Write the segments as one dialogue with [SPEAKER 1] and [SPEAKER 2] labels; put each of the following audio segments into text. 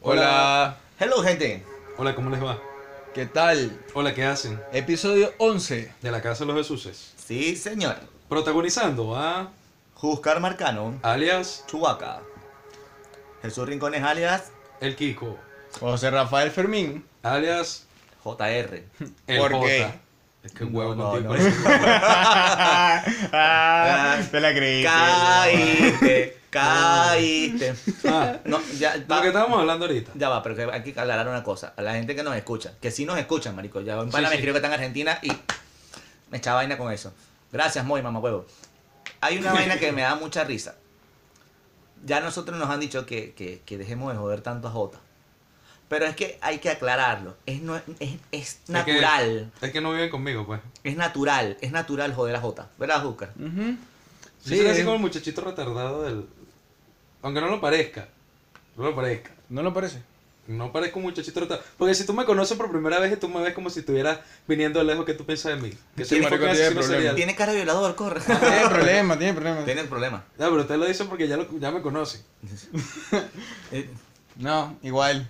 [SPEAKER 1] Hola.
[SPEAKER 2] Hello, gente.
[SPEAKER 1] Hola, ¿cómo les va?
[SPEAKER 3] ¿Qué tal?
[SPEAKER 1] Hola, ¿qué hacen?
[SPEAKER 3] Episodio 11.
[SPEAKER 1] De la Casa de los Jesuses.
[SPEAKER 2] Sí, señor.
[SPEAKER 1] Protagonizando a
[SPEAKER 2] Juscar Marcano,
[SPEAKER 1] alias
[SPEAKER 2] Chubaca. Jesús Rincones, alias
[SPEAKER 1] El Kiko,
[SPEAKER 3] José Rafael Fermín.
[SPEAKER 1] alias
[SPEAKER 2] JR.
[SPEAKER 1] El
[SPEAKER 3] ¿Por
[SPEAKER 1] Jota.
[SPEAKER 3] qué?
[SPEAKER 1] Es que un huevo
[SPEAKER 2] No,
[SPEAKER 1] contigo.
[SPEAKER 2] no,
[SPEAKER 3] Ah, te la creí.
[SPEAKER 2] Caíste, caíste.
[SPEAKER 1] Ah,
[SPEAKER 2] No, ya
[SPEAKER 1] lo que
[SPEAKER 2] va.
[SPEAKER 1] estábamos hablando ahorita.
[SPEAKER 2] Ya va, pero que hay que aclarar una cosa. A la gente que nos escucha, que sí nos escuchan, marico. Ya un
[SPEAKER 1] Sí,
[SPEAKER 2] pana me
[SPEAKER 1] sí.
[SPEAKER 2] escribió que está en Argentina y me echaba vaina con eso. Gracias, Moy, mamá huevo. Hay una vaina que me da mucha risa. Ya nosotros nos han dicho que, que- que dejemos de joder tanto a Jota. Pero es que hay que aclararlo. Es, no- es, es
[SPEAKER 1] Es que-
[SPEAKER 2] natural.
[SPEAKER 1] Es que, no viven conmigo, pues.
[SPEAKER 2] Es natural. Es natural joder a Jota. ¿Verdad, Júcar?
[SPEAKER 3] Ujú.
[SPEAKER 1] Sí,
[SPEAKER 3] Sí,
[SPEAKER 1] soy así
[SPEAKER 3] es-
[SPEAKER 1] como el muchachito retardado del... Aunque no lo parezca. No lo parezca.
[SPEAKER 3] ¿No lo parece?
[SPEAKER 1] No parezco un muchachito retardado. Porque si tú me conoces por primera vez y tú me ves como si estuvieras viniendo de lejos, ¿qué tú piensas de mí? Que soy
[SPEAKER 3] Sí,
[SPEAKER 1] un fucking
[SPEAKER 3] marico, tiene
[SPEAKER 1] asesino
[SPEAKER 3] problemas.
[SPEAKER 1] serial.
[SPEAKER 2] Tiene cara de violador, corre.
[SPEAKER 3] Tiene problema, tiene problema.
[SPEAKER 2] Tiene el problema.
[SPEAKER 1] No, pero usted lo dice porque ya, lo- ya me conoce.
[SPEAKER 2] Eh,
[SPEAKER 3] No, igual.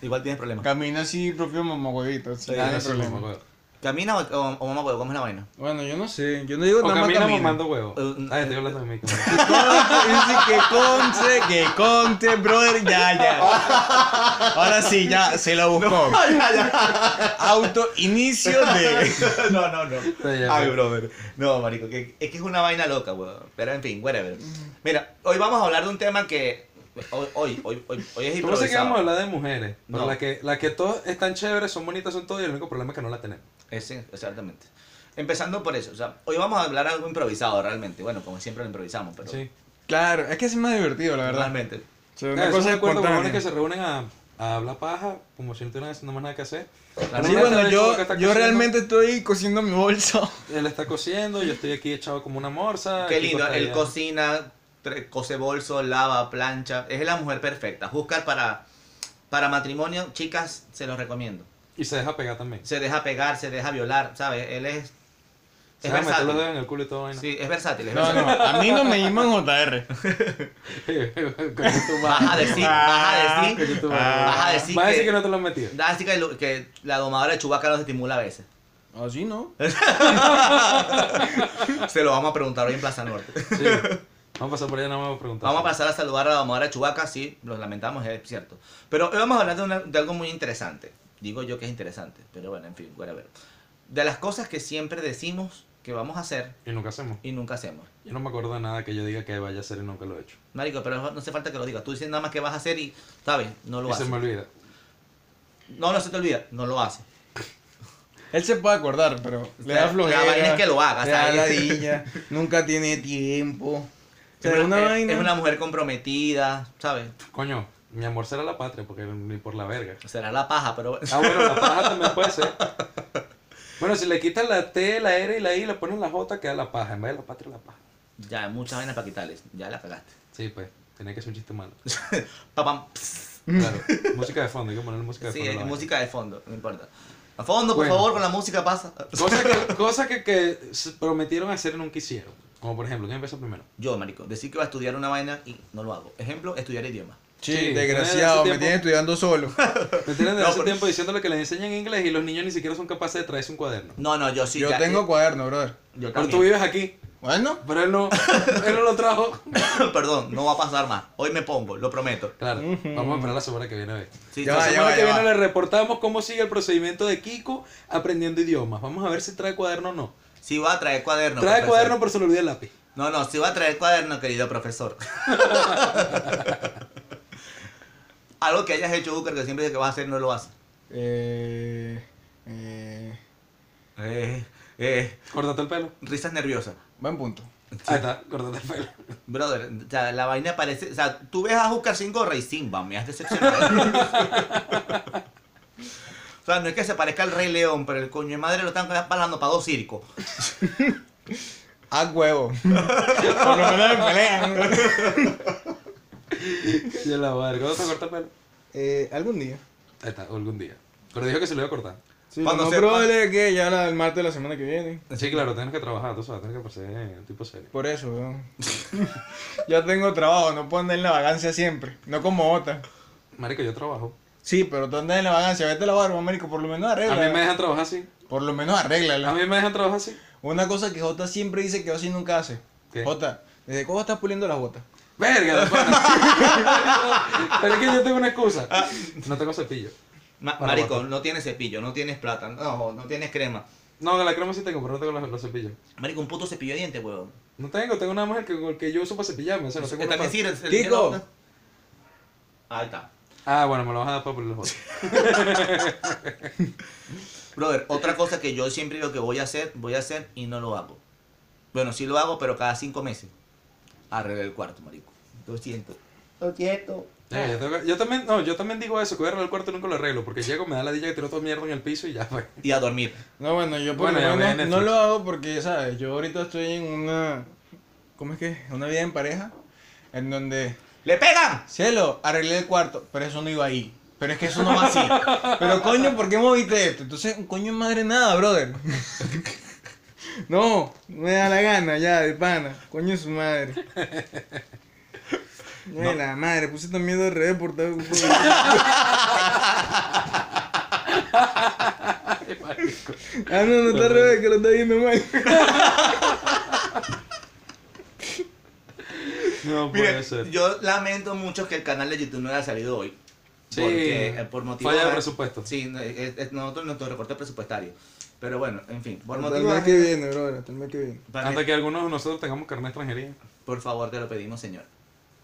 [SPEAKER 2] igual tienes problema.
[SPEAKER 3] Camina así propio mamahuevito. Sí,
[SPEAKER 1] Ya
[SPEAKER 3] tiene
[SPEAKER 1] no sé cómo,
[SPEAKER 3] problema.
[SPEAKER 1] huevo.
[SPEAKER 2] ¿Camina o, o, o mamá huevo? ¿Cómo es la vaina?
[SPEAKER 3] Bueno, yo no sé. Yo Pues no digo
[SPEAKER 1] O
[SPEAKER 3] nada más
[SPEAKER 1] camina
[SPEAKER 3] camina.
[SPEAKER 1] mamando huevo.
[SPEAKER 2] Eh,
[SPEAKER 1] Ah, estoy hablando de mí.
[SPEAKER 3] Que conte, dice que conte, que conte, brother. Ya, ya. Ahora sí, ya se lo buscó. Auto inicio de.
[SPEAKER 2] no, no, no.
[SPEAKER 1] Ya, ya,
[SPEAKER 2] Ay,
[SPEAKER 1] ya.
[SPEAKER 2] brother. No, marico, que, es que es una vaina loca, weón. Pero en fin, whatever. Mira, hoy vamos a hablar de un tema que. Hoy, hoy, hoy, hoy, hoy
[SPEAKER 1] ¿Cómo se
[SPEAKER 2] es
[SPEAKER 1] que
[SPEAKER 2] improvisado.
[SPEAKER 1] vamos a hablar de mujeres? Por
[SPEAKER 2] No.
[SPEAKER 1] la que, la que todas están chéveres, son bonitas, son todo, y el único problema es que no la tenemos.
[SPEAKER 2] Eh, sí, exactamente. Empezando por eso, o sea, hoy vamos a hablar algo improvisado realmente. Bueno, como siempre lo improvisamos, pero.
[SPEAKER 1] Sí.
[SPEAKER 3] Claro, es que es más divertido, la verdad.
[SPEAKER 2] Realmente.
[SPEAKER 3] O sea,
[SPEAKER 1] Una
[SPEAKER 3] una cosa
[SPEAKER 1] acuerdo con
[SPEAKER 3] espontánea.
[SPEAKER 1] que se reúnen a, a hablar paja, como si no tuvieran nada más nada que hacer.
[SPEAKER 2] La
[SPEAKER 3] Sí,
[SPEAKER 2] neta,
[SPEAKER 3] bueno,
[SPEAKER 1] de
[SPEAKER 3] yo,
[SPEAKER 1] hecho, que está
[SPEAKER 3] yo
[SPEAKER 1] cosiendo.
[SPEAKER 3] realmente estoy cosiendo mi bolso.
[SPEAKER 1] Él está cosiendo, yo estoy aquí echado como una morsa.
[SPEAKER 2] Qué
[SPEAKER 1] el tipo
[SPEAKER 2] lindo,
[SPEAKER 1] está
[SPEAKER 2] él
[SPEAKER 1] allá.
[SPEAKER 2] cocina, tre- cose bolso, lava, plancha. Es la mujer perfecta. Buscar para, para matrimonio, chicas, se los recomiendo.
[SPEAKER 1] Y se deja pegar también.
[SPEAKER 2] Se deja pegar, se deja violar, ¿sabes? Él es.
[SPEAKER 1] Se
[SPEAKER 2] Es
[SPEAKER 1] deja meter los
[SPEAKER 2] versátil.
[SPEAKER 1] dedos en el culo y todo. vaina.
[SPEAKER 2] Sí, es versátil, es
[SPEAKER 3] No,
[SPEAKER 2] versátil.
[SPEAKER 3] no, a mí no me llaman JR.
[SPEAKER 1] Coño, tu
[SPEAKER 2] Vas a
[SPEAKER 1] madre.
[SPEAKER 2] decir,
[SPEAKER 3] Ah,
[SPEAKER 2] vas a
[SPEAKER 1] Coño,
[SPEAKER 2] decir.
[SPEAKER 1] tu madre.
[SPEAKER 2] vas a decir
[SPEAKER 1] Vas a
[SPEAKER 2] que-
[SPEAKER 1] decir que no te lo han metido.
[SPEAKER 2] Vas a decir que, lo- que la domadora de Chubaca los estimula a veces.
[SPEAKER 3] Así no.
[SPEAKER 2] Se lo vamos a preguntar hoy en Plaza Norte.
[SPEAKER 1] Sí. Vamos a pasar por allá, no me voy a preguntar.
[SPEAKER 2] Vamos a pasar a saludar a la domadora de Chubaca, sí, los lamentamos, es cierto. Pero hoy vamos a hablar de, una- de algo muy interesante. Digo yo que es interesante, pero bueno, en fin, whatever. De las cosas que siempre decimos que vamos a hacer
[SPEAKER 1] Y nunca hacemos.
[SPEAKER 2] y nunca hacemos.
[SPEAKER 1] Yo no me acuerdo de nada que yo diga que vaya a hacer y nunca lo he hecho.
[SPEAKER 2] Marico, pero no hace falta que lo digas. Tú dices nada más que vas a hacer y, ¿sabes? No lo
[SPEAKER 1] Y se
[SPEAKER 2] haces.
[SPEAKER 1] me olvida.
[SPEAKER 2] No, no se te olvida. No lo haces.
[SPEAKER 3] Él se puede acordar, pero le
[SPEAKER 2] La-
[SPEAKER 3] da
[SPEAKER 2] la
[SPEAKER 3] flojera.
[SPEAKER 2] vaina es que lo haga,
[SPEAKER 3] Le da
[SPEAKER 2] ¿sabes?
[SPEAKER 3] ladilla, nunca tiene tiempo. O sea,
[SPEAKER 2] es,
[SPEAKER 3] una
[SPEAKER 2] es-
[SPEAKER 3] vaina.
[SPEAKER 2] es una mujer comprometida, ¿sabes?
[SPEAKER 1] Coño, mi amor será la patria, porque ni por la verga.
[SPEAKER 2] Será la paja, pero...
[SPEAKER 1] Ah, bueno, la paja también puede ser. Bueno, si le quitas la T, la R y la I, le pones la J, queda la paja. En vez de la patria, la paja.
[SPEAKER 2] Ya, hay muchas vainas para quitarles. Ya la cagaste.
[SPEAKER 1] Sí, pues, tenía que ser un chiste malo.
[SPEAKER 2] Papam. pss.
[SPEAKER 1] Claro, música de fondo, hay que poner música de
[SPEAKER 2] Sí,
[SPEAKER 1] fondo. a la
[SPEAKER 2] es
[SPEAKER 1] vaina.
[SPEAKER 2] música de fondo, no importa. A fondo, por
[SPEAKER 1] Bueno.
[SPEAKER 2] favor, con la música pasa.
[SPEAKER 1] Cosa que, cosa que, que se prometieron hacer y nunca hicieron. Como por ejemplo, ¿quién empezó primero?
[SPEAKER 2] Yo, marico, decir que va a estudiar una vaina y no lo hago. Ejemplo, estudiar idioma.
[SPEAKER 3] Sí,
[SPEAKER 1] Sí,
[SPEAKER 3] desgraciado,
[SPEAKER 1] tiene ese
[SPEAKER 3] me tiene
[SPEAKER 1] tiempo.
[SPEAKER 3] estudiando solo.
[SPEAKER 1] Me tienen desde
[SPEAKER 2] No,
[SPEAKER 1] hace
[SPEAKER 2] pero-
[SPEAKER 1] tiempo diciéndole que les enseñan inglés y los niños ni siquiera son capaces de traerse un cuaderno.
[SPEAKER 2] No, no, yo sí.
[SPEAKER 3] Yo
[SPEAKER 2] ya- eh,
[SPEAKER 3] tengo cuaderno, brother.
[SPEAKER 2] Yo
[SPEAKER 1] Pero tú
[SPEAKER 2] también.
[SPEAKER 1] vives aquí,
[SPEAKER 3] Bueno,
[SPEAKER 1] pero él no, él no lo trajo.
[SPEAKER 2] Perdón, no va a pasar más. Hoy me pongo, lo prometo.
[SPEAKER 1] Claro, vamos a esperar la semana que viene a ver.
[SPEAKER 2] Sí,
[SPEAKER 3] Ya
[SPEAKER 1] La
[SPEAKER 3] va,
[SPEAKER 2] entonces-
[SPEAKER 3] ya
[SPEAKER 1] semana
[SPEAKER 3] va,
[SPEAKER 1] que
[SPEAKER 3] ya
[SPEAKER 1] viene
[SPEAKER 3] va.
[SPEAKER 1] le reportamos cómo sigue el procedimiento de Kiko aprendiendo idiomas. Vamos a ver si trae cuaderno o no.
[SPEAKER 2] sí va a traer cuaderno.
[SPEAKER 1] trae
[SPEAKER 2] profesor.
[SPEAKER 1] cuaderno, pero se le olvida el lápiz.
[SPEAKER 2] No, no, sí va a traer cuaderno, querido profesor. Algo que hayas hecho, Booker, que siempre dices que vas a hacer, no lo haces.
[SPEAKER 3] eh, eh,
[SPEAKER 2] Eh, eh,
[SPEAKER 1] Córtate el pelo.
[SPEAKER 2] risas nerviosas.
[SPEAKER 3] buen punto.
[SPEAKER 1] Ahí está, córtate el pelo.
[SPEAKER 2] Brother, o sea, la vaina parece. O sea, tú ves a Júcar sin gorra y Simba, me has decepcionado. o sea, no es que se parezca al Rey León, pero el coño de madre lo están balando para dos circos.
[SPEAKER 3] A huevo. Por lo menos me pelean.
[SPEAKER 1] Yo la madre, ¿cuándo te corta el pelo?
[SPEAKER 3] Eh, algún día.
[SPEAKER 1] Ahí está, algún día. Pero dijo que se lo iba a cortar.
[SPEAKER 3] Sí,
[SPEAKER 2] Cuando
[SPEAKER 3] lo más
[SPEAKER 2] sepa.
[SPEAKER 3] probable es que ya la- el martes de la semana que viene.
[SPEAKER 1] Sí, claro, tienes que trabajar, tú sabes, tienes que parecer tipo serio.
[SPEAKER 3] Por eso, weón. ya tengo trabajo, no puedo andar en la vacancia siempre. No como otra.
[SPEAKER 1] Marico, yo trabajo.
[SPEAKER 3] Sí, pero tú andas en la vagancia, vete a la barba, marico, por lo menos
[SPEAKER 1] A
[SPEAKER 3] arréglala.
[SPEAKER 1] mí me dejan trabajar así.
[SPEAKER 3] Por lo menos
[SPEAKER 1] A
[SPEAKER 3] arréglala.
[SPEAKER 1] mí me dejan trabajar así.
[SPEAKER 3] Una cosa que Jota siempre dice que Ozzy nunca hace.
[SPEAKER 1] ¿Qué?
[SPEAKER 3] Jota, ¿desde cuándo estás puliendo las botas?
[SPEAKER 1] Verga, de pana. Pero es que yo tengo una excusa. No tengo cepillo.
[SPEAKER 2] Ma-
[SPEAKER 1] Para
[SPEAKER 2] marico,
[SPEAKER 1] abajo.
[SPEAKER 2] no tienes cepillo, no tienes plata, no, no tienes crema.
[SPEAKER 1] No, la crema sí tengo, pero no tengo los, los cepillos.
[SPEAKER 2] Marico, un puto cepillo de dientes, huevón.
[SPEAKER 1] No tengo, tengo nada más el que, el que yo uso para cepillarme. o sea, no sé
[SPEAKER 2] Que
[SPEAKER 1] cómo
[SPEAKER 2] también
[SPEAKER 1] pasa.
[SPEAKER 2] sirve el- el-
[SPEAKER 3] Kiko.
[SPEAKER 2] el- Ahí está.
[SPEAKER 1] Ah, bueno, me lo vas a dar para poner los otros.
[SPEAKER 2] Brother, otra cosa que yo siempre digo que voy a hacer, voy a hacer y no lo hago. Bueno, sí lo hago, pero cada cinco meses. Arreglar el cuarto, marico. Lo siento. Lo siento.
[SPEAKER 1] Ya, Eh, yo, tengo- yo también, no, yo también digo eso, que voy a arreglar el cuarto y nunca lo arreglo, porque llego, me da la dilla que tiro toda mierda en el piso y ya pues. fue.
[SPEAKER 2] Y a dormir.
[SPEAKER 3] No, bueno, yo por
[SPEAKER 1] Bueno, ya
[SPEAKER 3] lo
[SPEAKER 1] veía
[SPEAKER 3] menos no
[SPEAKER 1] Netflix.
[SPEAKER 3] lo hago porque, ¿sabes? Yo ahorita estoy en una... ¿Cómo es que? es? Una vida en pareja en donde...
[SPEAKER 2] ¡Le pegan!
[SPEAKER 3] Cielo, arreglé el cuarto, pero eso no iba ahí. Pero es que eso no va así. Pero coño, ¿por qué moviste esto? Entonces, coño, madre nada, brother. No, no me da la gana ya, de pana. Coño, su madre. No.
[SPEAKER 2] No.
[SPEAKER 3] la madre, puse también de revés por todo. Ah, no, no está al revés, que lo está viendo mal.
[SPEAKER 1] No
[SPEAKER 2] Mire, yo lamento mucho que el canal de YouTube no haya salido hoy.
[SPEAKER 1] Sí,
[SPEAKER 2] porque, eh, por motivos
[SPEAKER 1] falla de presupuesto.
[SPEAKER 2] Sí, no, es- es- nosotros nuestro recorte presupuestario. Pero bueno, en fin, por
[SPEAKER 3] Hasta el
[SPEAKER 2] motivos.
[SPEAKER 3] mes que viene, brother, hasta el mes que viene.
[SPEAKER 2] para-
[SPEAKER 1] Hasta que algunos de nosotros tengamos carnet de extranjería.
[SPEAKER 2] Por favor, te lo pedimos, señor.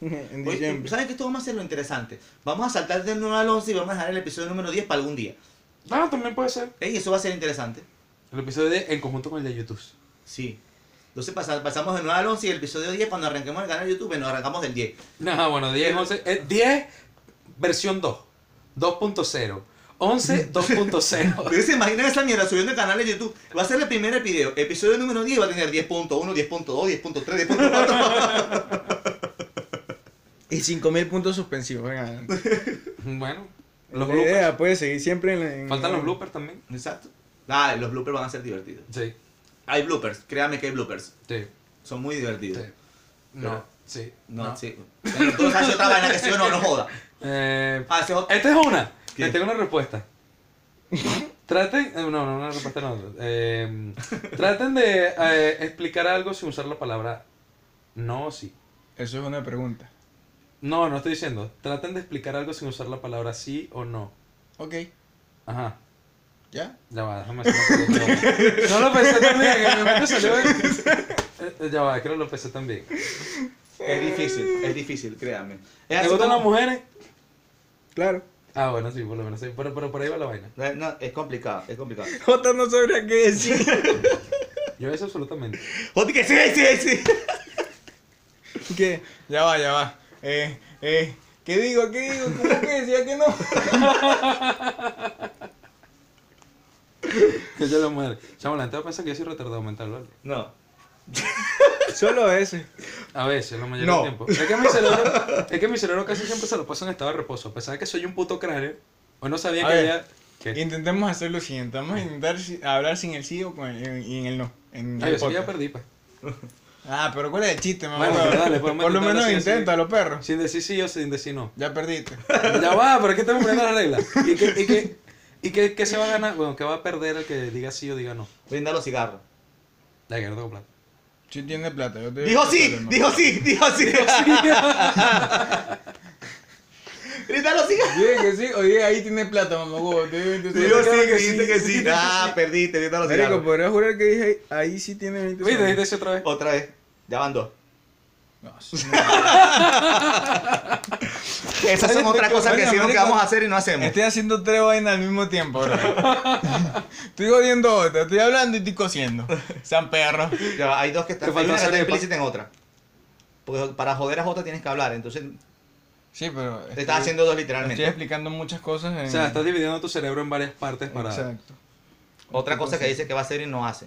[SPEAKER 3] En
[SPEAKER 2] Oye,
[SPEAKER 3] diciembre.
[SPEAKER 2] ¿Sabes qué? Esto vamos a hacer lo interesante. Vamos a saltar del 9 al 11 y vamos a dejar el episodio número 10 para algún día.
[SPEAKER 1] No, también puede ser.
[SPEAKER 2] Ey, eso va a ser interesante.
[SPEAKER 1] El episodio de En conjunto con el de YouTube.
[SPEAKER 2] Sí. Entonces pasa- pasamos de 9 al 11 y el episodio 10, cuando arranquemos el canal de YouTube, nos arrancamos del 10.
[SPEAKER 1] No, bueno, 10, 11. eh, 10, versión 2. 2.0. 11, 2.0.
[SPEAKER 2] Ustedes se imaginan esa mierda subiendo el canal de YouTube. Va a ser el primer video. Episodio número 10 va a tener 10.1, 10.2, 10.3, 10.4.
[SPEAKER 3] Y 5000 puntos suspensivos, venga. adelante.
[SPEAKER 1] bueno,
[SPEAKER 3] La
[SPEAKER 1] los bloopers.
[SPEAKER 3] idea puede seguir siempre en la- en-
[SPEAKER 1] Faltan los bloopers también.
[SPEAKER 2] Exacto. Ah, los bloopers van a ser divertidos.
[SPEAKER 1] Sí,
[SPEAKER 2] Hay bloopers, créame que hay bloopers.
[SPEAKER 1] sí,
[SPEAKER 2] Son muy
[SPEAKER 1] sí.
[SPEAKER 2] divertidos.
[SPEAKER 1] No,
[SPEAKER 2] Pero-
[SPEAKER 1] sí.
[SPEAKER 2] No, sí. Entonces hace otra vaina que sí o no, no joda.
[SPEAKER 1] Eh,
[SPEAKER 2] Ah, ese es otro-
[SPEAKER 1] Esta es una.
[SPEAKER 2] ¿Qué?
[SPEAKER 1] Le tengo una respuesta. Traten, eh, no, no, una respuesta no. Eh, traten de eh, explicar algo sin usar la palabra no o sí.
[SPEAKER 3] Eso es una pregunta.
[SPEAKER 1] No, no estoy diciendo. Traten de explicar algo sin usar la palabra sí o no.
[SPEAKER 3] Ok,
[SPEAKER 1] Ajá.
[SPEAKER 3] ¿ya?
[SPEAKER 1] Ya va, déjame hacer una pregunta. No lo pensé también, en mi mente salió. eh, eh, Ya va, creo que lo pensé también.
[SPEAKER 2] Es difícil, es difícil, créame. Es
[SPEAKER 1] ¿Te
[SPEAKER 2] así
[SPEAKER 1] gustan
[SPEAKER 2] como-
[SPEAKER 1] las mujeres?
[SPEAKER 3] Claro.
[SPEAKER 1] Ah, bueno, sí, por lo menos sí. Pero, pero por ahí va la vaina.
[SPEAKER 2] No, Eh, no, es complicado, es complicado.
[SPEAKER 3] Jota no sabría qué decir.
[SPEAKER 1] Yo eso absolutamente.
[SPEAKER 2] Joti, que sí, sí, sí.
[SPEAKER 3] ¿Qué? Ya va, ya va. Eh, eh, ¿qué digo? ¿Qué digo? ¿Cómo que decía que no?
[SPEAKER 1] Que yo la mujer. Chamo, la gente va a pensar que yo soy retardado mental, ¿vale?
[SPEAKER 2] No.
[SPEAKER 3] Solo ese.
[SPEAKER 1] A veces, la mayoría
[SPEAKER 3] No.
[SPEAKER 1] del tiempo. Es que, mi cerebro, es que mi cerebro casi siempre se lo pasa en estado de reposo. A pesar de que soy un puto cráneo, o no sabía
[SPEAKER 3] A
[SPEAKER 1] que
[SPEAKER 3] ver.
[SPEAKER 1] había. ¿Qué?
[SPEAKER 3] Intentemos hacer lo siguiente. Vamos a intentar si- hablar sin el sí o con el- y en el no. En
[SPEAKER 1] Ah,
[SPEAKER 3] el
[SPEAKER 1] yo sí que ya
[SPEAKER 3] podcast.
[SPEAKER 1] perdí, pues.
[SPEAKER 3] ah, pero ¿cuál es el chiste, mamá?
[SPEAKER 1] Bueno, pero dale, podemos
[SPEAKER 3] Por lo
[SPEAKER 1] intentar
[SPEAKER 3] menos
[SPEAKER 1] así, así.
[SPEAKER 3] inténtalo, perro.
[SPEAKER 1] Sin decir sí o sin decir no.
[SPEAKER 3] Ya perdiste.
[SPEAKER 1] Ya va, pero es que estamos poniendo las reglas. ¿Y qué, y qué, y qué, qué se va a ganar? Bueno, que va a perder el que diga sí o diga no.
[SPEAKER 2] Brinda los cigarros.
[SPEAKER 1] Ya que no tengo plata.
[SPEAKER 3] Sí tiene plata. Yo te
[SPEAKER 2] Dijo sí, dijo sí, dijo sí. Brinda los cigarros.
[SPEAKER 3] Dije que sí. Oye, ahí tiene plata, mamá. huevo, te digo 25.
[SPEAKER 2] Dijo sí,
[SPEAKER 1] creo que
[SPEAKER 2] dijiste
[SPEAKER 1] sí.
[SPEAKER 2] que sí. Ah, perdiste, brinda los
[SPEAKER 3] Marico,
[SPEAKER 2] cigarros.
[SPEAKER 3] ¿podrías jurar que dije ahí, ahí sí tiene 20
[SPEAKER 1] Viste,
[SPEAKER 3] soles?
[SPEAKER 1] dijiste eso otra vez.
[SPEAKER 2] Otra vez. Ya van dos.
[SPEAKER 3] No, sí.
[SPEAKER 2] Esas son otras cosas que
[SPEAKER 3] Coño,
[SPEAKER 2] hicieron que
[SPEAKER 3] marico.
[SPEAKER 2] vamos a hacer y no hacemos.
[SPEAKER 3] Estoy haciendo tres vainas al mismo tiempo, bro. estoy jodiendo otra, estoy hablando y estoy cosiendo. San perro.
[SPEAKER 2] Ya va, hay dos que
[SPEAKER 1] Te
[SPEAKER 2] están,
[SPEAKER 1] faltó
[SPEAKER 2] hay una que
[SPEAKER 1] hacer
[SPEAKER 2] está
[SPEAKER 1] el
[SPEAKER 2] implícita en otra. Porque para joder a Jota tienes que hablar, entonces
[SPEAKER 3] Sí, pero.
[SPEAKER 2] te estás haciendo dos literalmente.
[SPEAKER 3] Estoy explicando muchas cosas. En,
[SPEAKER 1] O sea, estás dividiendo tu cerebro en varias partes para
[SPEAKER 3] Exacto.
[SPEAKER 2] Otra cosa que dice que va a hacer y no hace.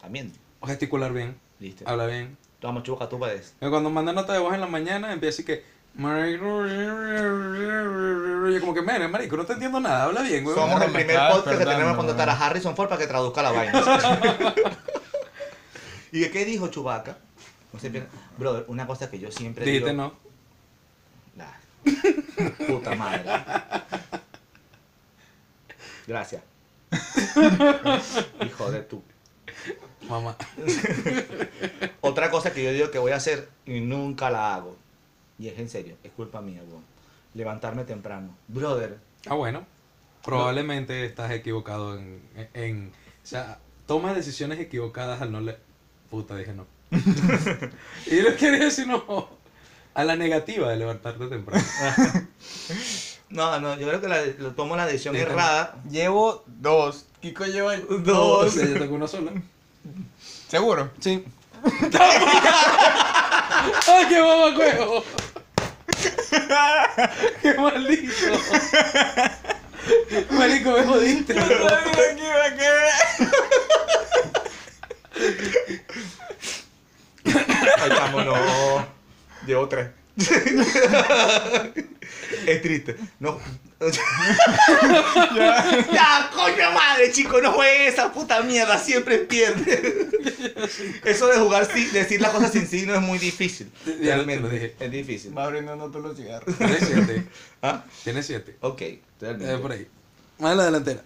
[SPEAKER 2] También.
[SPEAKER 1] gesticular bien,
[SPEAKER 2] Listo.
[SPEAKER 1] habla bien.
[SPEAKER 2] Vamos, chuca, tú puedes.
[SPEAKER 1] Pero Cuando manda nota de voz en la mañana, empieza así que. "Marico", Yo como que, mire, marico, no te entiendo nada, habla bien, güey.
[SPEAKER 2] Somos el
[SPEAKER 3] me
[SPEAKER 2] primer
[SPEAKER 3] estaba
[SPEAKER 2] podcast que tenemos
[SPEAKER 3] esperando,
[SPEAKER 2] que contratar a
[SPEAKER 3] ¿verdad?
[SPEAKER 2] Harrison Ford para que traduzca la vaina. ¿Y de qué dijo Chubaca? No sé, pero- brother, una cosa que yo siempre
[SPEAKER 1] Dijiste
[SPEAKER 2] digo-
[SPEAKER 1] no.
[SPEAKER 2] Nah. Puta madre. Gracias. Hijo de tu.
[SPEAKER 1] Mamá.
[SPEAKER 2] Otra cosa que yo digo que voy a hacer y nunca la hago. Y es en serio, es culpa mía, weón. Levantarme temprano. Brother,
[SPEAKER 1] Ah, bueno. Probablemente estás equivocado en, en- O sea, tomas decisiones equivocadas al no le... Puta, dije no. y lo quería decir no. A la negativa de levantarte temprano.
[SPEAKER 2] no, no, yo creo que la, lo tomo la decisión
[SPEAKER 1] Sí, también.
[SPEAKER 2] errada. Oh,
[SPEAKER 3] Llevo dos. Kiko lleva
[SPEAKER 1] O
[SPEAKER 3] dos.
[SPEAKER 1] sea, yo tengo una sola.
[SPEAKER 3] ¿Seguro?
[SPEAKER 1] Sí. ¡Ay, qué mamacuevo! ¡Qué maldito! Marico, me jodiste.
[SPEAKER 2] Ay, chamo, no. Llevo tres. es triste. No. ya. coño madre, chico, no juegues esa puta mierda, siempre pierde. Eso de jugar sin, decir las cosas sin signo es muy difícil.
[SPEAKER 1] Ya lo- te lo
[SPEAKER 2] Realmente,
[SPEAKER 1] dije.
[SPEAKER 2] es difícil.
[SPEAKER 3] Va abriendo no todos los cigarros.
[SPEAKER 1] Tienes siete.
[SPEAKER 2] ¿Ah?
[SPEAKER 1] Tienes siete.
[SPEAKER 2] Ok,
[SPEAKER 1] Eh,
[SPEAKER 2] realmente.
[SPEAKER 1] por ahí. Más a la delantera.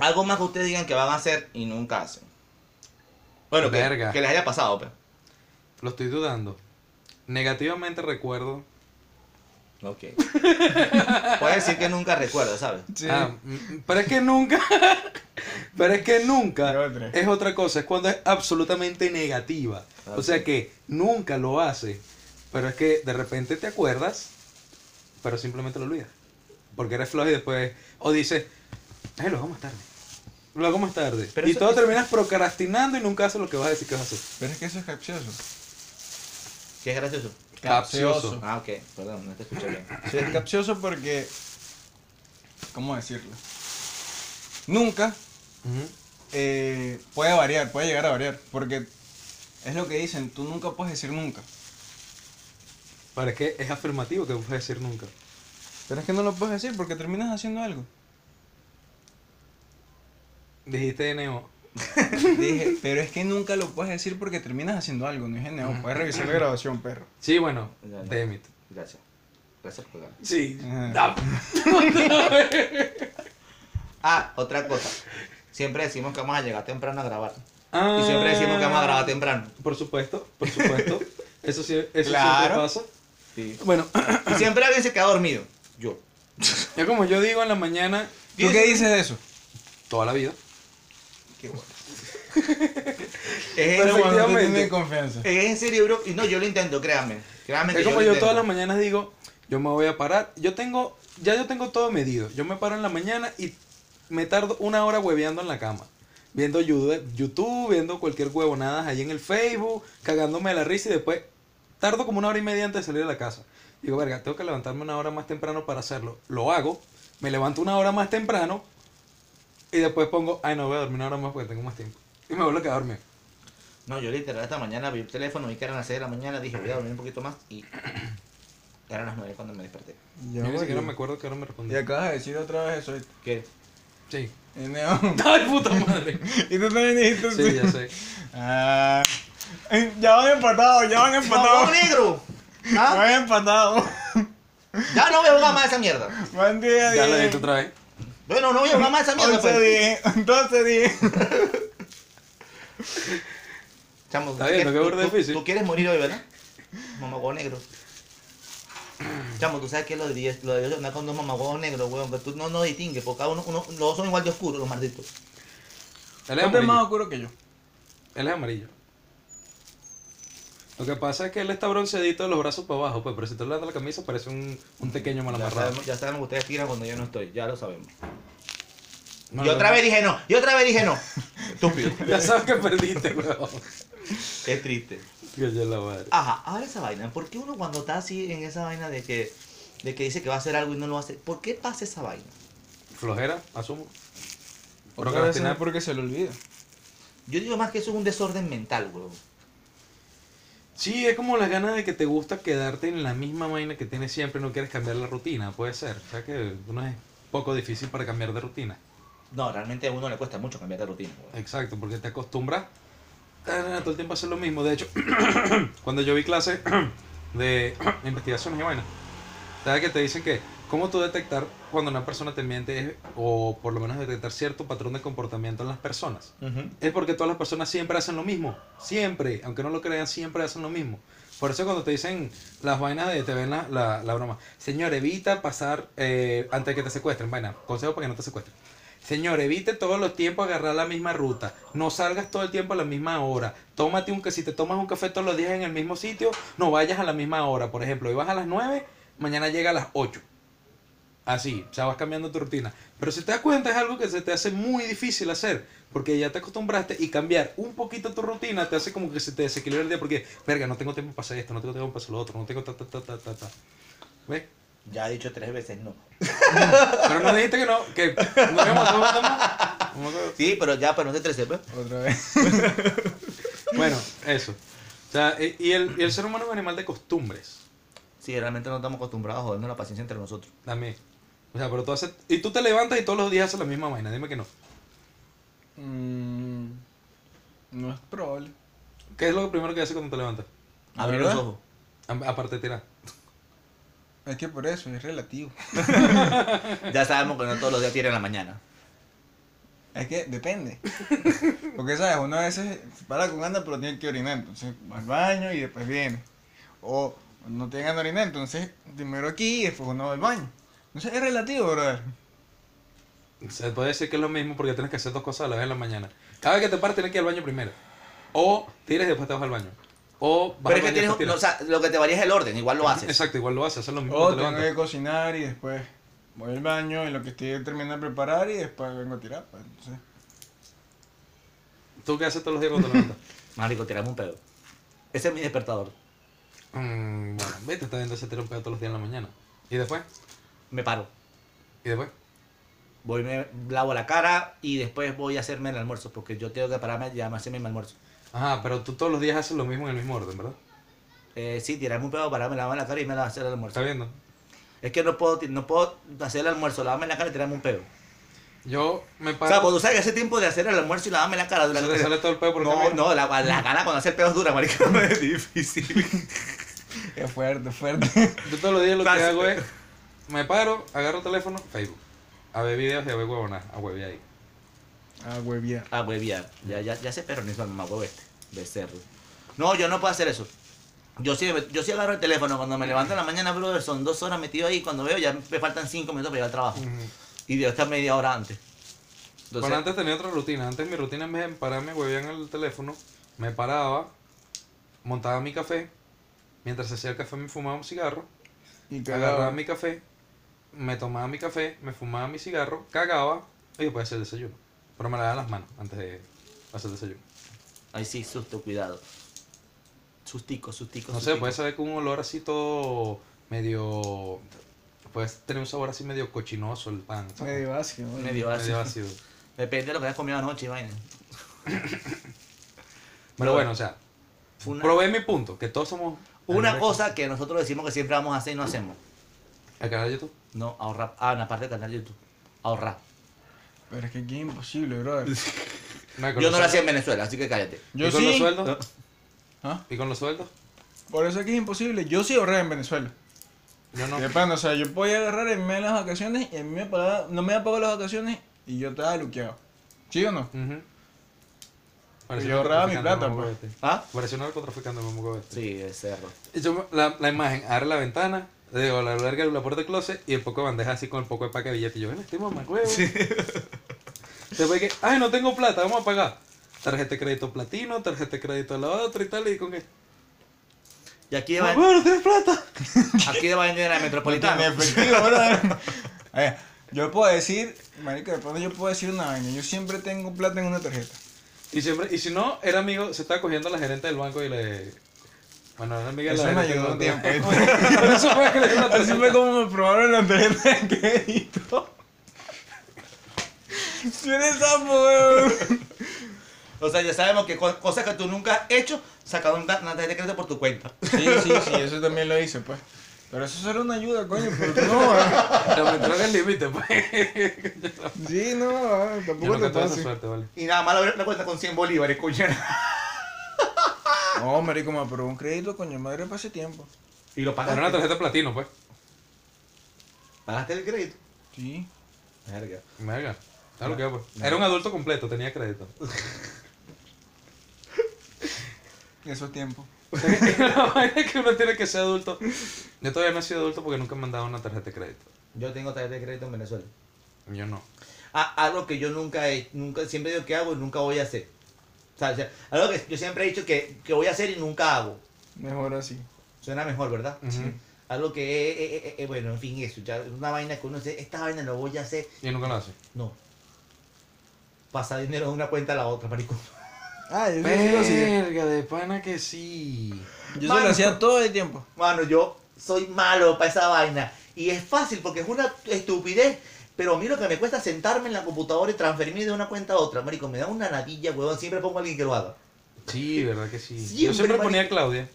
[SPEAKER 2] Algo más que ustedes digan que van a hacer y nunca hacen. Bueno, que,
[SPEAKER 1] Verga.
[SPEAKER 2] que les haya pasado, pues. pero.
[SPEAKER 1] Lo estoy dudando. Negativamente recuerdo.
[SPEAKER 2] Ok. Puedes decir que nunca recuerdo, ¿sabes?
[SPEAKER 3] Sí.
[SPEAKER 1] Ah, mm, mm, pero es que nunca. pero es que
[SPEAKER 3] Yo
[SPEAKER 1] nunca.
[SPEAKER 3] otra.
[SPEAKER 1] Es otra cosa. Es cuando es absolutamente negativa.
[SPEAKER 2] Ah,
[SPEAKER 1] O sea
[SPEAKER 2] sí.
[SPEAKER 1] que nunca lo hace. Pero es que de repente te acuerdas. Pero simplemente lo olvidas. Porque eres flojo y después. O dices. Ay, lo hago más tarde. Lo hago más tarde.
[SPEAKER 2] Pero
[SPEAKER 1] y
[SPEAKER 2] eso-
[SPEAKER 1] todo terminas procrastinando y nunca haces lo que vas a decir que vas a hacer.
[SPEAKER 3] Pero es que eso es capcioso.
[SPEAKER 2] Que es gracioso.
[SPEAKER 1] Capcioso.
[SPEAKER 2] Ah, ok, perdón, no te escuché bien.
[SPEAKER 3] Sí, es capcioso porque. ¿Cómo decirlo? Nunca
[SPEAKER 1] Ujú.
[SPEAKER 3] eh, puede variar, puede llegar a variar. Porque es lo que dicen, tú nunca puedes decir nunca.
[SPEAKER 1] Pero es que es afirmativo que no puedes decir nunca.
[SPEAKER 3] Pero es que no lo puedes decir porque terminas haciendo algo.
[SPEAKER 1] Dijiste Neo.
[SPEAKER 3] Dije, pero es que nunca lo puedes decir porque terminas haciendo algo, no es neo. Puedes revisar la grabación, perro.
[SPEAKER 1] Sí, bueno,
[SPEAKER 2] Ya, ya.
[SPEAKER 1] Demit.
[SPEAKER 2] Gracias. Gracias por jugar.
[SPEAKER 1] Sí.
[SPEAKER 3] Ajá.
[SPEAKER 2] Ah, otra cosa. Siempre decimos que vamos a llegar temprano a grabar.
[SPEAKER 1] Ah,
[SPEAKER 2] Y siempre decimos que vamos a grabar temprano.
[SPEAKER 1] Por supuesto, por supuesto. Eso sí, eso siempre
[SPEAKER 3] Claro.
[SPEAKER 1] pasa.
[SPEAKER 2] Sí.
[SPEAKER 1] Bueno,
[SPEAKER 2] Y siempre alguien se queda dormido. Yo.
[SPEAKER 1] ya como yo digo en la mañana,
[SPEAKER 3] ¿Tú qué dices de eso?
[SPEAKER 1] toda la vida.
[SPEAKER 2] Qué bueno.
[SPEAKER 3] Pero
[SPEAKER 2] Es,
[SPEAKER 1] Perfecto.
[SPEAKER 3] cuando tú
[SPEAKER 1] efectivamente.
[SPEAKER 3] tienes confianza.
[SPEAKER 2] es en serio, bro. Y no, yo lo intento, créame. Créame que
[SPEAKER 1] Es como yo
[SPEAKER 2] lo
[SPEAKER 1] todas las
[SPEAKER 2] intento.
[SPEAKER 1] mañanas digo, yo me voy a parar. Yo tengo, ya yo tengo todo medido. Yo me paro en la mañana y me tardo una hora hueveando en la cama. Viendo Yude- YouTube, viendo cualquier huevonadas ahí en el Facebook, cagándome de la risa y después tardo como una hora y media antes de salir de la casa. Digo, verga, tengo que levantarme una hora más temprano para hacerlo. Lo hago, me levanto una hora más temprano y después pongo, ay no, voy a dormir una hora más porque tengo más tiempo. Y me vuelvo a quedarme.
[SPEAKER 2] No, yo literal esta mañana vi el teléfono, vi que eran las 6 de la mañana, dije voy a dormir un poquito más y eran las 9 cuando me desperté.
[SPEAKER 1] Yo ni siquiera me acuerdo que ahora me
[SPEAKER 3] Y
[SPEAKER 1] respondió.
[SPEAKER 3] acabas de decir otra vez eso.
[SPEAKER 2] ¿Qué?
[SPEAKER 1] Sí.
[SPEAKER 3] Es neo.
[SPEAKER 1] ¡Ay, puta madre!
[SPEAKER 3] Y tú también dijiste
[SPEAKER 1] Sí, ya sé.
[SPEAKER 3] Ah, ya van empatados, ya van
[SPEAKER 2] ¡No,
[SPEAKER 3] empatados.
[SPEAKER 2] negro!
[SPEAKER 3] Ya
[SPEAKER 2] ¿Ah?
[SPEAKER 3] van empatados.
[SPEAKER 2] Ya no voy a jugar más esa mierda.
[SPEAKER 3] Buen día,
[SPEAKER 1] Ya lo
[SPEAKER 3] dije.
[SPEAKER 1] dije otra vez.
[SPEAKER 2] Bueno, no voy a jugar más esa mierda.
[SPEAKER 3] 11
[SPEAKER 2] Pues.
[SPEAKER 3] 10, 12 10.
[SPEAKER 2] Chamo,
[SPEAKER 1] Está
[SPEAKER 2] tú
[SPEAKER 1] bien,
[SPEAKER 2] quieres-
[SPEAKER 1] no, qué
[SPEAKER 2] tú-
[SPEAKER 1] burda
[SPEAKER 2] tú-
[SPEAKER 1] difícil.
[SPEAKER 2] Tú quieres morir hoy, ¿verdad? Mamagüevo negro. Chamo, tú sabes que lo de Dios, lo de Dios andar con dos mamagüevos negros, weón, que tú no, no distingues, porque cada uno, uno, los dos son igual de oscuros, los malditos.
[SPEAKER 1] Él es
[SPEAKER 3] Tú Este es más
[SPEAKER 1] amarillo.
[SPEAKER 3] oscuro que yo.
[SPEAKER 1] Él es amarillo. Lo que pasa es que él está bronceadito de los brazos para abajo, pues, pero si tú le das la camisa parece un, un pequeño
[SPEAKER 2] Ya
[SPEAKER 1] malamarrado.
[SPEAKER 2] sabemos, ya sabemos que ustedes tiran cuando yo no estoy, ya lo sabemos.
[SPEAKER 1] No,
[SPEAKER 2] yo
[SPEAKER 1] no,
[SPEAKER 2] otra
[SPEAKER 1] no.
[SPEAKER 2] vez dije no, yo otra vez dije no. Estúpido.
[SPEAKER 1] Ya sabes que perdiste, weón.
[SPEAKER 2] Qué triste.
[SPEAKER 1] Dios, ya la madre.
[SPEAKER 2] Ajá, ahora esa vaina, ¿por qué uno cuando está así en esa vaina de que, de que dice que va a hacer algo y no lo hace, ¿por qué pasa esa vaina?
[SPEAKER 1] Flojera, asumo.
[SPEAKER 3] Otra vez
[SPEAKER 1] Procrastinar.
[SPEAKER 3] es porque se lo olvida.
[SPEAKER 2] Yo digo más que eso es un desorden mental, weón.
[SPEAKER 1] Sí, es como las ganas de que te gusta quedarte en la misma vaina que tienes siempre, no quieres cambiar la rutina, puede ser. O sea que uno es poco difícil para cambiar de rutina.
[SPEAKER 2] No, realmente a uno le cuesta mucho cambiar de rutina, weón.
[SPEAKER 1] Exacto, porque te acostumbras ah, todo el tiempo a hacer lo mismo. De hecho, cuando yo vi clases de investigaciones y bueno, sabes que te dicen que ¿Cómo tú detectar cuando una persona te miente o por lo menos detectar cierto patrón de comportamiento en las personas?
[SPEAKER 3] Ujú.
[SPEAKER 1] Es porque todas las personas siempre hacen lo mismo. Siempre, aunque no lo crean, siempre hacen lo mismo. Por eso cuando te dicen las vainas de te ven la, la, la broma. Señor, evita pasar eh, antes de que te secuestren. Vaina, consejo para que no te secuestren. Señor, evite todos los tiempos agarrar la misma ruta. No salgas todo el tiempo a la misma hora. Tómate un que si te tomas un café todos los días en el mismo sitio, no vayas a la misma hora. Por ejemplo, hoy vas a las 9, mañana llega a las 8. Así, o sea, vas cambiando tu rutina. Pero si te das cuenta es algo que se te hace muy difícil hacer, porque ya te acostumbraste y cambiar un poquito tu rutina te hace como que se te desequilibra el día, porque, verga, no tengo tiempo para hacer esto, no tengo tiempo para hacer lo otro, no tengo ta, ta, ta, ta, ta, ta. ¿Ves?
[SPEAKER 2] Ya he dicho tres veces no.
[SPEAKER 1] Pero no dijiste que no, que no habíamos dado cuenta más. No me acuerdo.
[SPEAKER 2] Sí, pero ya, pero no te trece, pues.
[SPEAKER 3] Otra vez.
[SPEAKER 1] Bueno, eso. O sea, y- y el, y el ser humano es un animal de costumbres
[SPEAKER 2] Sí, realmente no estamos acostumbrados a jodernos la paciencia entre nosotros.
[SPEAKER 1] también. O sea, pero tú haces. Y tú te levantas y todos los días haces la misma vaina, dime que no.
[SPEAKER 3] Mm, no es probable.
[SPEAKER 1] ¿Qué es lo primero que haces cuando te levantas?
[SPEAKER 2] Abrir los
[SPEAKER 3] ¿Verdad?
[SPEAKER 2] ojos.
[SPEAKER 1] A- Aparte de tirar.
[SPEAKER 3] Es que por eso es relativo.
[SPEAKER 2] Ya sabemos que no todos los días tiran en la mañana.
[SPEAKER 3] Es que depende. Porque, ¿sabes? Uno a veces se para con anda, pero tiene que orinar. Entonces va al baño y después viene. O no tiene ganas de orinar, entonces primero aquí y después uno va al baño. Entonces es relativo, brother.
[SPEAKER 1] Se puede decir que es lo mismo porque tienes que hacer dos cosas a la vez en la mañana. Cada vez que te paras tienes que ir al baño primero. O tiras y después te vas al baño. O vas
[SPEAKER 2] Pero
[SPEAKER 1] al
[SPEAKER 2] es que
[SPEAKER 1] baño y
[SPEAKER 2] tienes,
[SPEAKER 1] después tiras.
[SPEAKER 2] o sea, lo que te varía es el orden, igual lo haces.
[SPEAKER 1] Exacto, igual lo haces, haces lo mismo.
[SPEAKER 3] O
[SPEAKER 1] cuando te
[SPEAKER 3] Oh, tengo que
[SPEAKER 1] levantas.
[SPEAKER 3] cocinar y después voy al baño y lo que estoy terminando de preparar y después vengo a tirar. pues, entonces.
[SPEAKER 1] ¿Tú qué haces todos los días cuando te levantas?
[SPEAKER 2] Marico, tiramos un pedo. Ese es mi despertador.
[SPEAKER 1] Mm, bueno, vete, está viendo ese tiro un pedo todos los días en la mañana. ¿Y después?
[SPEAKER 2] Me paro.
[SPEAKER 1] ¿Y después?
[SPEAKER 2] Voy, me lavo la cara y después voy a hacerme el almuerzo, porque yo tengo que pararme y a hacerme mi almuerzo.
[SPEAKER 1] Ajá, pero tú todos los días haces lo mismo en el mismo orden, ¿verdad?
[SPEAKER 2] Eh, sí, tirarme un pedo, pararme, lavarme la cara y me la hacer el
[SPEAKER 1] ¿Estás
[SPEAKER 2] almuerzo.
[SPEAKER 1] viendo?
[SPEAKER 2] Es que no puedo, ti- no puedo hacer el almuerzo, lavarme la cara y tirarme un pedo.
[SPEAKER 1] Yo me
[SPEAKER 2] O
[SPEAKER 1] paro.
[SPEAKER 2] sea, cuando tú sabes que ese tiempo de hacer el almuerzo y lavarme la cara
[SPEAKER 1] se
[SPEAKER 2] durante
[SPEAKER 1] te sale todo el pedo por acá,
[SPEAKER 2] No,
[SPEAKER 1] mira.
[SPEAKER 2] no, la, la gana cuando hacer pedos dura, marico, no es difícil.
[SPEAKER 3] Es fuerte, fuerte.
[SPEAKER 1] Yo todos los días lo que
[SPEAKER 2] Clásico.
[SPEAKER 1] hago es, me paro, agarro el teléfono, Facebook, a ver videos y a ver huevonas, a huevear ahí.
[SPEAKER 3] A hueviar.
[SPEAKER 2] Ah, güey, ya, ya, ya, ya se perronizo al mamá, huevo este, becerro. No, yo no puedo hacer eso. Yo sí, me- yo sí agarro el teléfono cuando me levanto en la mañana, brother, son dos horas metido ahí, cuando veo ya me faltan cinco minutos para llegar al trabajo. Y debo estar media hora antes. Entonces,
[SPEAKER 1] bueno, antes tenía otra rutina. Antes mi rutina en vez de pararme, huevear en el teléfono, me paraba, montaba mi café. Mientras hacía el café me fumaba un cigarro.
[SPEAKER 3] Y
[SPEAKER 1] Agarraba
[SPEAKER 3] cagaba.
[SPEAKER 1] mi café, me tomaba mi café, me fumaba mi cigarro, cagaba y después hacía el desayuno. Pero me lavaba las manos antes de hacer el desayuno.
[SPEAKER 2] Ay, sí, susto, cuidado. Sustico, sustico,
[SPEAKER 1] No sé, pues,
[SPEAKER 2] sustico.
[SPEAKER 1] puede saber con un olor así todo medio... Puedes tener un sabor así medio cochinoso el pan. ¿sabes?
[SPEAKER 3] Medio básico. bueno.
[SPEAKER 2] Medio ácido.
[SPEAKER 1] Medio ácido.
[SPEAKER 2] Depende de lo que hayas comido anoche, vaina.
[SPEAKER 1] Pero
[SPEAKER 2] Bueno.
[SPEAKER 1] bueno, o sea,
[SPEAKER 2] Una,
[SPEAKER 1] probé mi punto, que todos somos...
[SPEAKER 2] una cosa que nosotros decimos que siempre vamos a hacer y no hacemos.
[SPEAKER 1] El canal de YouTube.
[SPEAKER 2] No, ahorrar. Ah, en la parte del canal de YouTube. Ahorrar.
[SPEAKER 3] Pero es que aquí es imposible, brother.
[SPEAKER 1] con
[SPEAKER 2] Yo
[SPEAKER 1] los
[SPEAKER 2] no lo hacía
[SPEAKER 1] sueldos.
[SPEAKER 2] en Venezuela, así que cállate.
[SPEAKER 3] Yo
[SPEAKER 1] ¿Y con los
[SPEAKER 3] sí.
[SPEAKER 1] sueldos?
[SPEAKER 3] ¿Ah?
[SPEAKER 1] ¿Y con los sueldos?
[SPEAKER 3] Por eso aquí es imposible. Yo sí ahorré en Venezuela.
[SPEAKER 1] Yo no.
[SPEAKER 3] De pana, o sea, yo podía agarrar en medio de las vacaciones y a mí me pagaba, no me había pagado las vacaciones y yo estaba luqueado. ¿Sí o no?
[SPEAKER 1] Ujú.
[SPEAKER 3] Yo ahorraba mi plata,
[SPEAKER 1] mamá,
[SPEAKER 3] pues.
[SPEAKER 1] cógete.
[SPEAKER 2] ¿Ah?
[SPEAKER 1] Pareció un narcotraficante, mamá, cógete.
[SPEAKER 2] Sí, de cerro.
[SPEAKER 1] Y yo, la, la imagen, abre la ventana, digo, la larga la puerta del closet y el poco de bandeja así con el poco de paquete de billetes. Y yo, este mamá, huevo. Después que, ay, no tengo plata, vamos a pagar. Tarjeta de crédito platino, tarjeta de crédito la otra y tal, y con que,
[SPEAKER 2] Y aquí de,
[SPEAKER 1] mamá,
[SPEAKER 2] Ba-
[SPEAKER 1] no tienes plata.
[SPEAKER 2] aquí de Valle en la
[SPEAKER 3] En
[SPEAKER 2] metropolitana.
[SPEAKER 3] efectivo, brother. A ver, yo puedo decir, marico, de pronto yo puedo decir una vaina. Yo siempre tengo plata en una tarjeta.
[SPEAKER 1] Y siempre, y si no, era amigo, se estaba cogiendo a la gerente del banco y le... Bueno, era amiga de la
[SPEAKER 3] Eso me
[SPEAKER 1] gerente
[SPEAKER 3] ayudó un
[SPEAKER 1] del banco.
[SPEAKER 3] tiempo.
[SPEAKER 1] Pero eso fue que le dio una
[SPEAKER 3] Así fue
[SPEAKER 1] tarjeta.
[SPEAKER 3] como me probaron la tarjeta de crédito. Si eres sapo, weón.
[SPEAKER 2] O sea, ya sabemos que co- cosas que tú nunca has hecho, sacado una una tarjeta de crédito por tu cuenta.
[SPEAKER 3] Sí, sí, sí, eso también lo hice, pues. Pero eso solo una ayuda, coño, pero no, weón.
[SPEAKER 1] Pero me entró en el límite, pues.
[SPEAKER 3] Sí, no, weón,
[SPEAKER 1] Yo
[SPEAKER 3] tampoco te
[SPEAKER 1] nunca tuve esa
[SPEAKER 3] pases.
[SPEAKER 1] suerte, vale.
[SPEAKER 2] Y nada más la, la cuenta con 100 bolívares, coño.
[SPEAKER 3] No, marico, me aprobó un crédito, coño madre, para ese tiempo.
[SPEAKER 2] Y lo
[SPEAKER 1] Era una
[SPEAKER 2] pagaron.
[SPEAKER 1] tarjeta platino, pues.
[SPEAKER 2] ¿Pagaste el crédito?
[SPEAKER 3] Sí.
[SPEAKER 2] Verga.
[SPEAKER 1] Verga. Claro que, pues. Era un adulto completo, tenía crédito.
[SPEAKER 3] Eso es tiempo.
[SPEAKER 1] La vaina es que uno tiene que ser adulto. Yo todavía no he sido adulto porque nunca me han dado una tarjeta de crédito.
[SPEAKER 2] Yo tengo tarjeta de crédito en Venezuela.
[SPEAKER 1] Yo no.
[SPEAKER 2] Ah, algo que yo nunca he, nunca, siempre digo que hago y nunca voy a hacer. O sea, o sea, algo que yo siempre he dicho que, que voy a hacer y nunca hago.
[SPEAKER 3] Mejor así.
[SPEAKER 2] Suena mejor, ¿verdad?
[SPEAKER 1] Ujú.
[SPEAKER 2] Algo que, eh, eh, eh, eh, bueno, en fin, eso. Ya, una vaina que uno dice, esta vaina no voy a hacer.
[SPEAKER 1] Yo nunca lo hace.
[SPEAKER 2] No. Pasa dinero de una cuenta a la otra, marico.
[SPEAKER 3] Ah, yo sí lo hacía.
[SPEAKER 1] Verga, de pana que sí.
[SPEAKER 3] Yo se
[SPEAKER 2] Mano.
[SPEAKER 3] lo hacía todo el tiempo.
[SPEAKER 2] Mano, yo soy malo para esa vaina. Y es fácil porque es una estupidez. Pero a mí lo que me cuesta sentarme en la computadora y transferirme de una cuenta a otra, marico, me da una nadilla, huevón. Siempre pongo a alguien que lo haga.
[SPEAKER 1] Sí, verdad que sí. Yo
[SPEAKER 2] Siempre,
[SPEAKER 1] siempre
[SPEAKER 2] marico.
[SPEAKER 1] ponía a Claudia.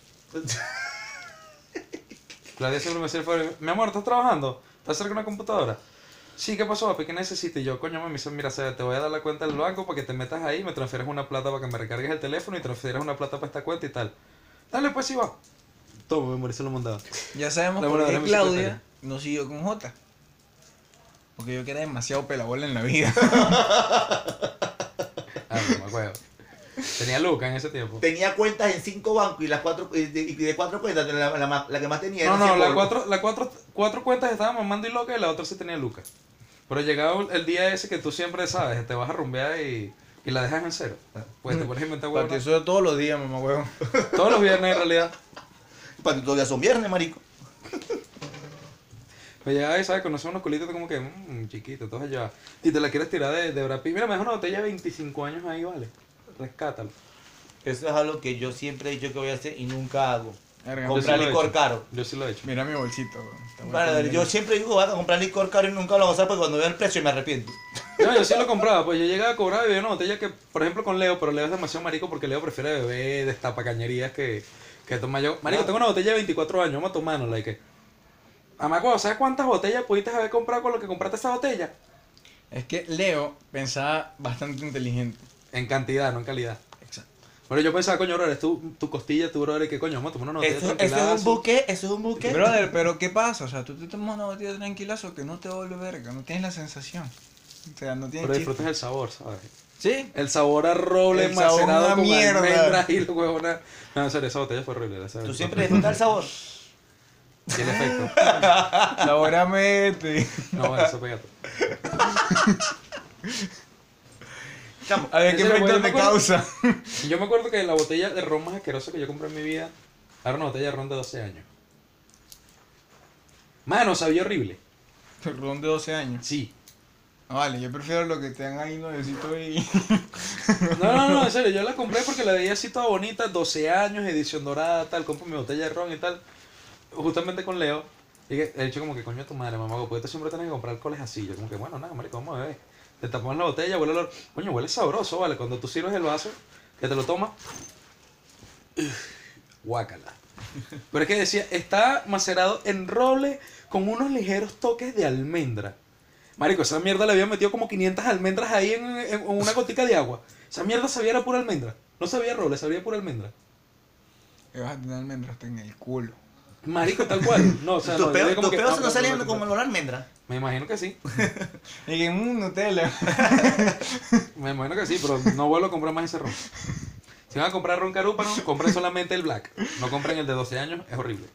[SPEAKER 1] Claudia siempre me hacía el favor. Mi amor, ¿estás trabajando? ¿Estás cerca de una computadora? Sí, ¿qué pasó, papi? ¿Qué necesitas? Y yo, coño, mami, dice, mira, Seba, te voy a dar la cuenta del banco para que te metas ahí, me transfieres una plata para que me recargues el teléfono y transfieres una plata para esta cuenta y tal. Dale, pues, sí, va. Toma, mi amor, y se lo mandaba.
[SPEAKER 3] Ya sabemos
[SPEAKER 1] La
[SPEAKER 3] por
[SPEAKER 1] verdadera
[SPEAKER 3] qué
[SPEAKER 1] mi secretaria.
[SPEAKER 3] Claudia no siguió con Jota. Porque yo que era demasiado pelabola en la vida.
[SPEAKER 1] Ah, no me acuerdo. Tenía Luca en ese tiempo.
[SPEAKER 2] Tenía cuentas en cinco bancos y las cuatro y de, y de cuatro cuentas, la, la más- la que más tenía
[SPEAKER 1] No,
[SPEAKER 2] era
[SPEAKER 1] no,
[SPEAKER 2] cien
[SPEAKER 1] las
[SPEAKER 2] bolos.
[SPEAKER 1] cuatro, la cuatro, cuatro cuentas estaban mamando y loca y la otra sí tenía Lucas. Pero llegaba el día ese que tú siempre sabes, te vas a rumbear y, y la dejas en cero. Pues
[SPEAKER 2] Mm.
[SPEAKER 1] te pones a inventar
[SPEAKER 3] Porque
[SPEAKER 1] huevos.
[SPEAKER 3] eso todos los días, mamá huevo.
[SPEAKER 1] Todos los viernes en realidad.
[SPEAKER 2] Para todavía son viernes, marico.
[SPEAKER 1] Me llegaba y sabes, conoces unos culitos como que, mmm, chiquito, todos allá. Y te la quieres tirar de, de Brad Pitt. Mira, me dejas una botella de 25 años ahí, vale. Rescátalo.
[SPEAKER 2] Eso es algo que yo siempre he dicho que voy a hacer y nunca hago.
[SPEAKER 3] Verga,
[SPEAKER 1] Con-
[SPEAKER 2] Comprar
[SPEAKER 1] lo he
[SPEAKER 2] licor
[SPEAKER 1] hecho.
[SPEAKER 2] caro.
[SPEAKER 1] Yo sí lo he hecho.
[SPEAKER 3] Mira mi bolsito, weón. Está muy
[SPEAKER 2] Bueno,
[SPEAKER 3] pendiente.
[SPEAKER 2] yo siempre digo, voy a comprar licor caro y nunca lo voy a usar porque cuando veo el precio me arrepiento.
[SPEAKER 1] No, yo sí lo compraba, pues yo llegaba a cobrar y bebía una botella que, por ejemplo, con Leo, pero Leo es demasiado marico porque Leo prefiere beber destapacañerías que, que toma yo. Marico,
[SPEAKER 2] No.
[SPEAKER 1] tengo una botella de 24 años, vamos a tomarnos, la que. Amacuado, ¿sabes cuántas botellas pudiste haber comprado con lo que compraste esa botella?
[SPEAKER 3] Es que Leo pensaba bastante inteligente.
[SPEAKER 1] En cantidad, no en calidad.
[SPEAKER 3] Exacto.
[SPEAKER 1] Pero yo pensaba, coño, brother, es tu, tu costilla, tu brother, y que coño, vamos a tomar una botella
[SPEAKER 2] eso, eso
[SPEAKER 1] tranquilazo.
[SPEAKER 2] es un buque, eso es un buque.
[SPEAKER 3] Brother, pero ¿qué pasa? O sea, tú te tomas una botella tranquilazo que no te vuelve verga, no tienes la sensación. O sea, no
[SPEAKER 1] Pero
[SPEAKER 3] tienes chiste.
[SPEAKER 1] disfrutas el sabor, ¿sabes?
[SPEAKER 3] Sí.
[SPEAKER 1] El sabor a roble
[SPEAKER 3] El sabor
[SPEAKER 1] macerado
[SPEAKER 3] a
[SPEAKER 1] con
[SPEAKER 3] mierda.
[SPEAKER 1] almendras y la huevona. No, en serio, esa botella fue horrible. esa-
[SPEAKER 2] Tú siempre disfrutas el sabor.
[SPEAKER 1] Tiene efecto.
[SPEAKER 3] Ahora mete.
[SPEAKER 1] No, bueno, eso pega todo.
[SPEAKER 2] Chamo,
[SPEAKER 3] A ver, ¿qué
[SPEAKER 1] Ese lo
[SPEAKER 3] efecto
[SPEAKER 1] bueno,
[SPEAKER 3] te
[SPEAKER 1] ¿no?
[SPEAKER 3] causa?
[SPEAKER 1] Yo me acuerdo que la botella de ron más asquerosa que yo compré en mi vida era una botella de ron de 12 años. Mano, sabía horrible.
[SPEAKER 3] Perdón de 12 años.
[SPEAKER 1] Sí.
[SPEAKER 3] Ah, Vale, yo prefiero lo que te dan ahí nuevecito y...
[SPEAKER 1] No, no, no, en serio, yo la compré porque la veía así toda bonita, 12 años, edición dorada, tal, compro mi botella de ron y tal, justamente con Leo. Y que, de hecho, como que coño tu madre, mamá, porque tú siempre tienes que comprar alcoholes así. Yo, como que, bueno, nada, marico, vamos a beber. Te tapamos la botella, huele el olor. Coño, huele sabroso, vale. Cuando tú sirves el vaso, que te lo tomas, guácala. Pero es que decía, está macerado en roble con unos ligeros toques de almendra. Marico, esa mierda le había metido como 500 almendras ahí en, en- en una gotica de agua. Esa mierda sabía era pura almendra. No sabía roble, sabía pura almendra.
[SPEAKER 3] Te vas a tener almendras hasta en el culo.
[SPEAKER 1] Marico, tal cual. No, o sea, no,
[SPEAKER 2] tus
[SPEAKER 1] yo
[SPEAKER 2] peos
[SPEAKER 1] digo como
[SPEAKER 2] tus
[SPEAKER 1] que,
[SPEAKER 2] peos
[SPEAKER 1] no,
[SPEAKER 2] se
[SPEAKER 1] no,
[SPEAKER 2] nos salen
[SPEAKER 1] no, no,
[SPEAKER 2] como
[SPEAKER 1] no.
[SPEAKER 2] olor a almendra.
[SPEAKER 3] Ah,
[SPEAKER 1] Me imagino que sí.
[SPEAKER 3] Y que un Nutella.
[SPEAKER 1] Me imagino que sí, pero no vuelvo a comprar más ese ron. Si van a comprar ron carúpano, compren solamente el black. No compren el de 12 años, es horrible.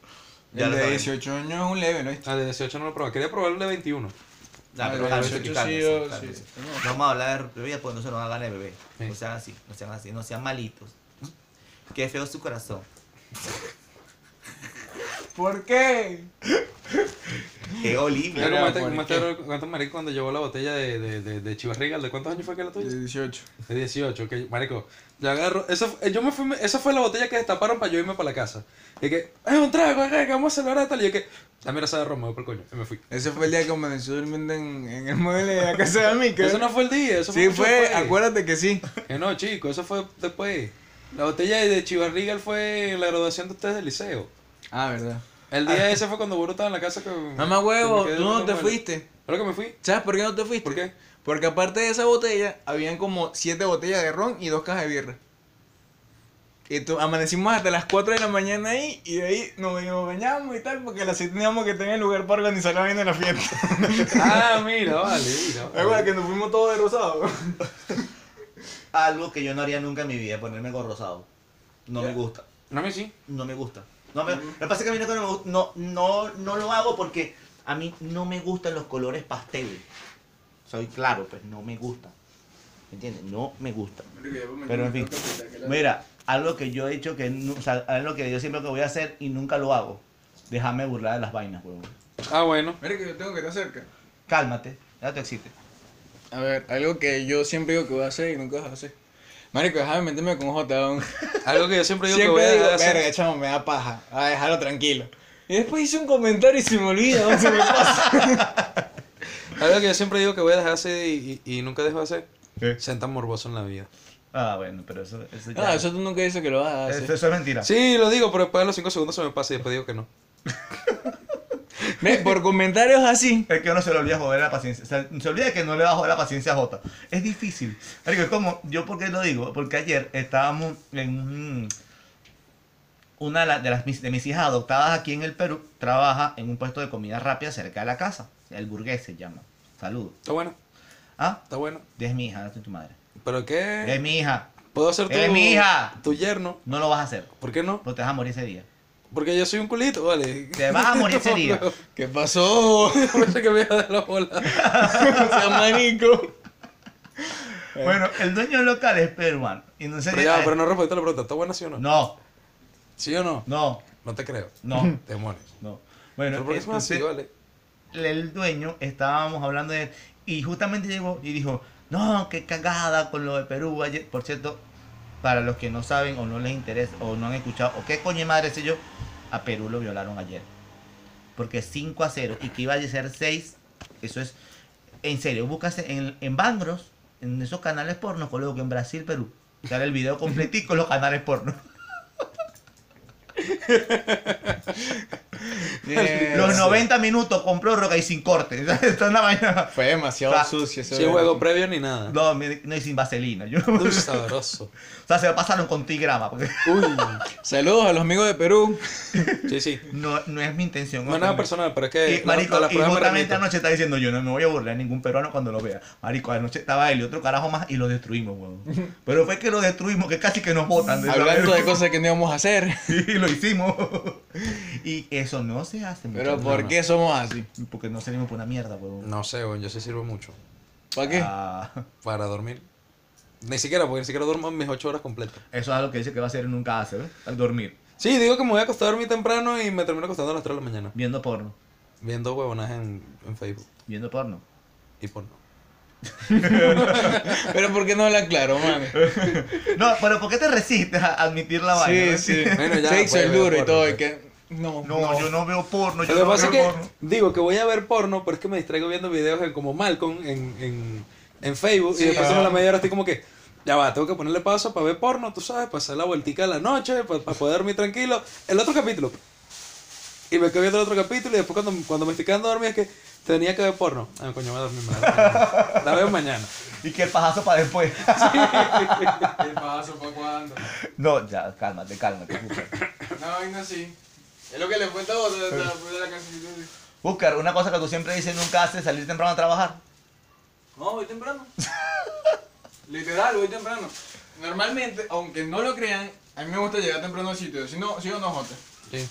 [SPEAKER 2] Ya
[SPEAKER 3] el
[SPEAKER 2] lo
[SPEAKER 3] de
[SPEAKER 2] saben.
[SPEAKER 3] 18 años es un level, ¿oíste?
[SPEAKER 1] El de 18 no lo probé. Quería probar el de 21.
[SPEAKER 2] No,
[SPEAKER 3] Ah,
[SPEAKER 2] pero
[SPEAKER 3] el de
[SPEAKER 2] cálmense,
[SPEAKER 3] 18
[SPEAKER 2] cálmense,
[SPEAKER 3] sí, yo-
[SPEAKER 2] cálmense.
[SPEAKER 3] sí.
[SPEAKER 2] No Vamos a hablar de bebidas porque no se nos hagan de bebé.
[SPEAKER 1] Sí.
[SPEAKER 2] No sean así, no sean así, no sean malitos. Qué feo su corazón.
[SPEAKER 3] ¿Por qué?
[SPEAKER 2] Qué
[SPEAKER 1] Mira
[SPEAKER 2] Olivia.
[SPEAKER 3] Pero-
[SPEAKER 1] cómo
[SPEAKER 3] ¿por
[SPEAKER 1] este- cómo este
[SPEAKER 3] qué?
[SPEAKER 1] ro- cuánto marico cuando llevó la botella de, de, de, de Chivas Regal, ¿de cuántos años fue que la tuya?
[SPEAKER 3] De 18.
[SPEAKER 1] De 18, que marico, yo agarro, esa, fu- yo me fui, esa fue la botella que destaparon para yo irme para la casa. Y que, es un trago, acá, que vamos a celebrar tal, y yo que, la mira sabe Romeo, por coño, y me fui.
[SPEAKER 3] Ese fue el día que amaneció durmiendo en, en el mueble de la casa de Amica.
[SPEAKER 1] Eso no fue el día, eso
[SPEAKER 3] sí,
[SPEAKER 1] mucho
[SPEAKER 3] fue,
[SPEAKER 1] después.
[SPEAKER 3] acuérdate que sí.
[SPEAKER 1] Que no, chico, eso fue después. La botella de Chivas Regal fue en la graduación de ustedes del liceo.
[SPEAKER 3] Ah, verdad.
[SPEAKER 1] El día ese fue cuando Boru estaba en la casa que...
[SPEAKER 3] Mamá huevo,
[SPEAKER 1] que me quedé
[SPEAKER 3] tú Ah. no
[SPEAKER 1] con
[SPEAKER 3] te
[SPEAKER 1] Manuel.
[SPEAKER 3] fuiste.
[SPEAKER 1] Claro que me fui.
[SPEAKER 3] ¿Sabes por qué no te fuiste?
[SPEAKER 1] ¿Por qué?
[SPEAKER 3] Porque aparte de esa botella, habían como 7 botellas de ron y 2 cajas de birra. Y tú- amanecimos hasta las 4 de la mañana ahí y de ahí nos, nos bañamos y tal, porque a las 7 teníamos que tener el lugar para organizar la vaina de la fiesta.
[SPEAKER 1] Ah, mira, vale, mira.
[SPEAKER 3] Es verdad que nos fuimos todos de rosado.
[SPEAKER 2] Algo que yo no haría nunca en mi vida, ponerme gorro rosado. No me gusta.
[SPEAKER 1] No me sí.
[SPEAKER 2] No me gusta. No me, Lo que pasa es que a mí no, me gu- no, no, no lo hago porque a mí no me gustan los colores pastel. Soy claro, pues no me gusta. ¿Me entiendes? No me gusta.
[SPEAKER 3] pues,
[SPEAKER 2] Pero en fin. Mira, algo que yo he hecho que. nu- O sea, algo que yo siempre que voy a hacer y nunca lo hago. Déjame burlar de las vainas, huevón.
[SPEAKER 1] Ah, bueno.
[SPEAKER 3] Mira que yo tengo que estar cerca.
[SPEAKER 2] Cálmate, ya te existe.
[SPEAKER 3] A ver, algo que yo siempre digo que voy a hacer y nunca vas a hacer. Marico, déjame meterme con J.
[SPEAKER 1] Algo que yo siempre digo que voy
[SPEAKER 3] Siempre
[SPEAKER 1] a
[SPEAKER 3] digo,
[SPEAKER 1] hacer.
[SPEAKER 3] verga, chamo, me da paja. A dejarlo tranquilo. Y después hice un comentario y se me olvida, ¿no? se me pasa.
[SPEAKER 1] Algo que yo siempre digo que voy a dejar hacer y, y- y nunca dejo de hacer.
[SPEAKER 2] ¿Qué?
[SPEAKER 1] Ser tan morboso en la vida.
[SPEAKER 2] Ah, bueno, pero eso, eso ya.
[SPEAKER 3] No, eso tú Ah, nunca dices que lo vas a hacer.
[SPEAKER 2] eso- eso es mentira.
[SPEAKER 1] Sí, lo digo, pero después de los 5 segundos se me pasa y después digo que no.
[SPEAKER 3] Ve, por comentarios así.
[SPEAKER 2] Es que uno se le olvida joder la paciencia. O sea, se olvida que no le va a joder la paciencia a Jota. Es difícil. Marico, es como, yo por qué lo digo, porque ayer estábamos en un- una de, la- de las, mis- de mis hijas adoptadas aquí en el Perú, trabaja en un puesto de comida rápida cerca de la casa. El burgués se llama. Saludos.
[SPEAKER 1] Está bueno,
[SPEAKER 2] Ah,
[SPEAKER 1] está bueno.
[SPEAKER 2] es mi hija, no soy tu madre.
[SPEAKER 1] ¿Pero
[SPEAKER 2] Es
[SPEAKER 1] qué?
[SPEAKER 2] mi hija.
[SPEAKER 1] ¿Puedo ser tu,
[SPEAKER 2] ¡Eres Eh, mi hija!
[SPEAKER 1] tu yerno?
[SPEAKER 2] No lo vas a hacer.
[SPEAKER 1] ¿Por qué no?
[SPEAKER 2] Porque te vas a morir ese día.
[SPEAKER 1] Porque yo soy un culito, vale.
[SPEAKER 2] Te vas a morir ese día.
[SPEAKER 3] ¿Qué pasó?
[SPEAKER 1] Parece que me iba a dar la bola.
[SPEAKER 3] O sea, marico.
[SPEAKER 2] Bueno, el dueño del local es peruano. Y no sé
[SPEAKER 1] Pero ya, pero no respondiste la pregunta. ¿Está buena sí o no?
[SPEAKER 2] No,
[SPEAKER 1] ¿Sí o no?
[SPEAKER 2] no,
[SPEAKER 1] No te creo.
[SPEAKER 2] no,
[SPEAKER 1] Demonios. Pero
[SPEAKER 2] no. Bueno,
[SPEAKER 1] ¿por qué son así,
[SPEAKER 2] eh, entonces-
[SPEAKER 1] vale?
[SPEAKER 2] el dueño, estábamos hablando de él, y justamente llegó y dijo, no, qué cagada con lo de Perú ayer. Por cierto, para los que no saben o no les interesa o no han escuchado, o qué coño de madre sé yo, a Perú lo violaron ayer. Porque 5 a 0 y que iba a ser 6, eso es, en serio, búscase en, en Bangros, en esos canales porno, coloque en Brasil, Perú. Dale el video completico en los canales porno.
[SPEAKER 3] Yeah.
[SPEAKER 2] Los 90 minutos con prórroga y sin corte. Está una vaina.
[SPEAKER 3] Fue demasiado
[SPEAKER 2] O sea,
[SPEAKER 3] sucio ese
[SPEAKER 1] Sin juego previo ni nada.
[SPEAKER 2] No, me- no, y sin vaselina. Yo no-
[SPEAKER 1] Uy, sabroso.
[SPEAKER 2] O sea, se lo pasaron con tigrama. Porque
[SPEAKER 1] Uy.
[SPEAKER 3] Saludos a los amigos de Perú.
[SPEAKER 1] Sí, sí.
[SPEAKER 2] no, no es mi intención.
[SPEAKER 1] No es nada personal, pero eh, es que
[SPEAKER 2] Y, marico,
[SPEAKER 1] a las
[SPEAKER 2] y
[SPEAKER 1] pruebas me
[SPEAKER 2] justamente
[SPEAKER 1] remito.
[SPEAKER 2] anoche está diciendo yo no me voy a burlar de ningún peruano cuando lo vea. Marico, anoche estaba él y otro carajo más y lo destruimos, weón. Pero fue que lo destruimos, que casi que nos botan. de-
[SPEAKER 3] Hablando de cosas que no íbamos a hacer.
[SPEAKER 2] Y lo hicimos. Y eso no se hace.
[SPEAKER 3] Pero
[SPEAKER 2] muchachos,
[SPEAKER 3] ¿por
[SPEAKER 2] nada
[SPEAKER 3] qué somos así?
[SPEAKER 2] más. Porque no salimos por una mierda, weón.
[SPEAKER 1] No sé, weón, yo sí sirvo mucho.
[SPEAKER 3] ¿Para qué?
[SPEAKER 2] Ah,
[SPEAKER 1] Para dormir. Ni siquiera, porque ni siquiera duermo mis 8 horas completas.
[SPEAKER 2] eso es algo que dice que va a hacer y nunca hace, ¿ves? Al dormir,
[SPEAKER 1] Sí, digo que me voy a acostar a dormir temprano y me termino acostando a las 3 de la mañana.
[SPEAKER 2] viendo porno.
[SPEAKER 1] Viendo huevonas en, en Facebook
[SPEAKER 2] Viendo porno.
[SPEAKER 1] y porno.
[SPEAKER 3] Pero ¿por qué no habla claro, mami?
[SPEAKER 2] No, pero ¿por qué te resistes a admitir la vaina?
[SPEAKER 1] Bueno, ya,
[SPEAKER 3] Se hizo
[SPEAKER 1] pues,
[SPEAKER 3] el duro y
[SPEAKER 1] porno,
[SPEAKER 3] todo.
[SPEAKER 1] pues.
[SPEAKER 3] y que... No,
[SPEAKER 2] No, yo no veo porno, yo
[SPEAKER 1] Lo que
[SPEAKER 2] no
[SPEAKER 1] pasa es
[SPEAKER 2] veo
[SPEAKER 1] que
[SPEAKER 2] porno.
[SPEAKER 1] digo que voy a ver porno, pero es que me distraigo viendo videos en- como Malcolm en, en, en Facebook
[SPEAKER 3] Sí,
[SPEAKER 1] y después a
[SPEAKER 3] ajá.
[SPEAKER 1] la media hora estoy como que, ya va, tengo que ponerle pausa para ver porno, tú sabes, para hacer la vueltica de la noche, para, poder dormir tranquilo. El otro capítulo. Y me quedo viendo el otro capítulo y después cuando, cuando me estoy quedando dormido es que tenía que ver porno. Ah, coño, voy a dormir mal. La veo mañana.
[SPEAKER 2] Y que el pajazo para después.
[SPEAKER 3] ¿Qué paso para cuándo?
[SPEAKER 2] No, ya, cálmate, cálmate. Búcar.
[SPEAKER 3] Una vaina así. Es lo que le cuento a vos de la, de la canción.
[SPEAKER 2] Búcar, una cosa que tú siempre dices nunca haces, salir temprano a trabajar.
[SPEAKER 3] No, voy temprano. Literal, voy temprano. Normalmente, aunque no lo crean, a mí me gusta llegar temprano al sitio. Si no, si o no, Jota.
[SPEAKER 1] Sí.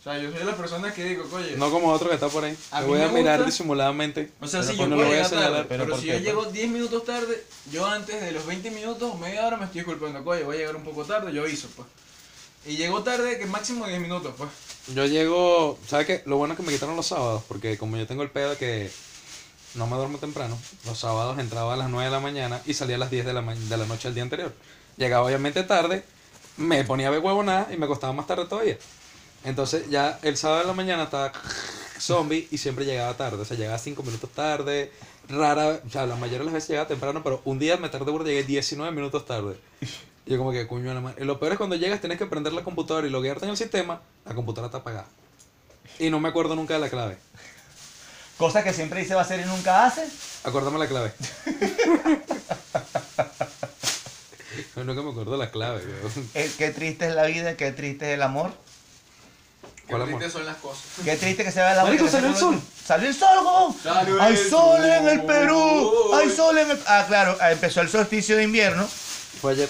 [SPEAKER 3] O sea, yo soy la persona que digo, oye.
[SPEAKER 1] No como otro que está por ahí.
[SPEAKER 3] A
[SPEAKER 1] Te
[SPEAKER 3] mí
[SPEAKER 1] voy a
[SPEAKER 3] me
[SPEAKER 1] mirar
[SPEAKER 3] gusta-
[SPEAKER 1] disimuladamente.
[SPEAKER 3] O sea,
[SPEAKER 1] pero
[SPEAKER 3] si
[SPEAKER 1] pues
[SPEAKER 3] yo
[SPEAKER 1] no
[SPEAKER 3] puedo
[SPEAKER 1] lo voy a
[SPEAKER 3] llegar tarde,
[SPEAKER 1] señalar.
[SPEAKER 3] pero,
[SPEAKER 1] ¿por
[SPEAKER 3] si
[SPEAKER 1] qué,
[SPEAKER 3] yo
[SPEAKER 1] pues?
[SPEAKER 3] llego 10 minutos tarde, yo antes de los 20 minutos o media hora me estoy disculpando, oye, voy a llegar un poco tarde, yo aviso, pues. Y llegó tarde, que máximo 10 minutos, pues.
[SPEAKER 1] Yo llego, ¿sabes qué? Lo bueno es que me quitaron los sábados, porque como yo tengo el pedo de que no me duermo temprano, los sábados entraba a las 9 de la mañana y salía a las 10 de la, ma- de la noche el día anterior. Llegaba obviamente tarde, me ponía a ver huevonadas y me acostaba más tarde todavía. Entonces ya el sábado de la mañana estaba zombie y siempre llegaba tarde, o sea, llegaba 5 minutos tarde, rara, o sea, la mayoría de las veces llegaba temprano, pero un día me tardé porque llegué 19 minutos tarde. Y yo como que coño de la madre. Y Lo peor es cuando llegas tienes que prender la computadora y loguearte en el sistema, la computadora está apagada. Y no me acuerdo nunca de la clave.
[SPEAKER 2] Cosa que siempre dices va a hacer y nunca haces.
[SPEAKER 1] Acuérdame la clave. Yo nunca me acuerdo la clave, weón.
[SPEAKER 2] Eh, qué triste es la vida, qué triste es el amor.
[SPEAKER 4] Qué
[SPEAKER 1] ¿Cuál amor?
[SPEAKER 4] tristes son las cosas.
[SPEAKER 2] Qué triste que se va el amor.
[SPEAKER 1] Marico,
[SPEAKER 2] que se
[SPEAKER 1] salió el
[SPEAKER 2] acabó
[SPEAKER 1] sol.
[SPEAKER 2] ¡Salió el sol, huevón!
[SPEAKER 4] Salió
[SPEAKER 2] ¡Hay
[SPEAKER 4] el
[SPEAKER 2] sol en el
[SPEAKER 4] sol.
[SPEAKER 2] Perú! ¡Hay sol en el... Ah, claro, ah, empezó el solsticio de invierno.
[SPEAKER 1] Fue ayer.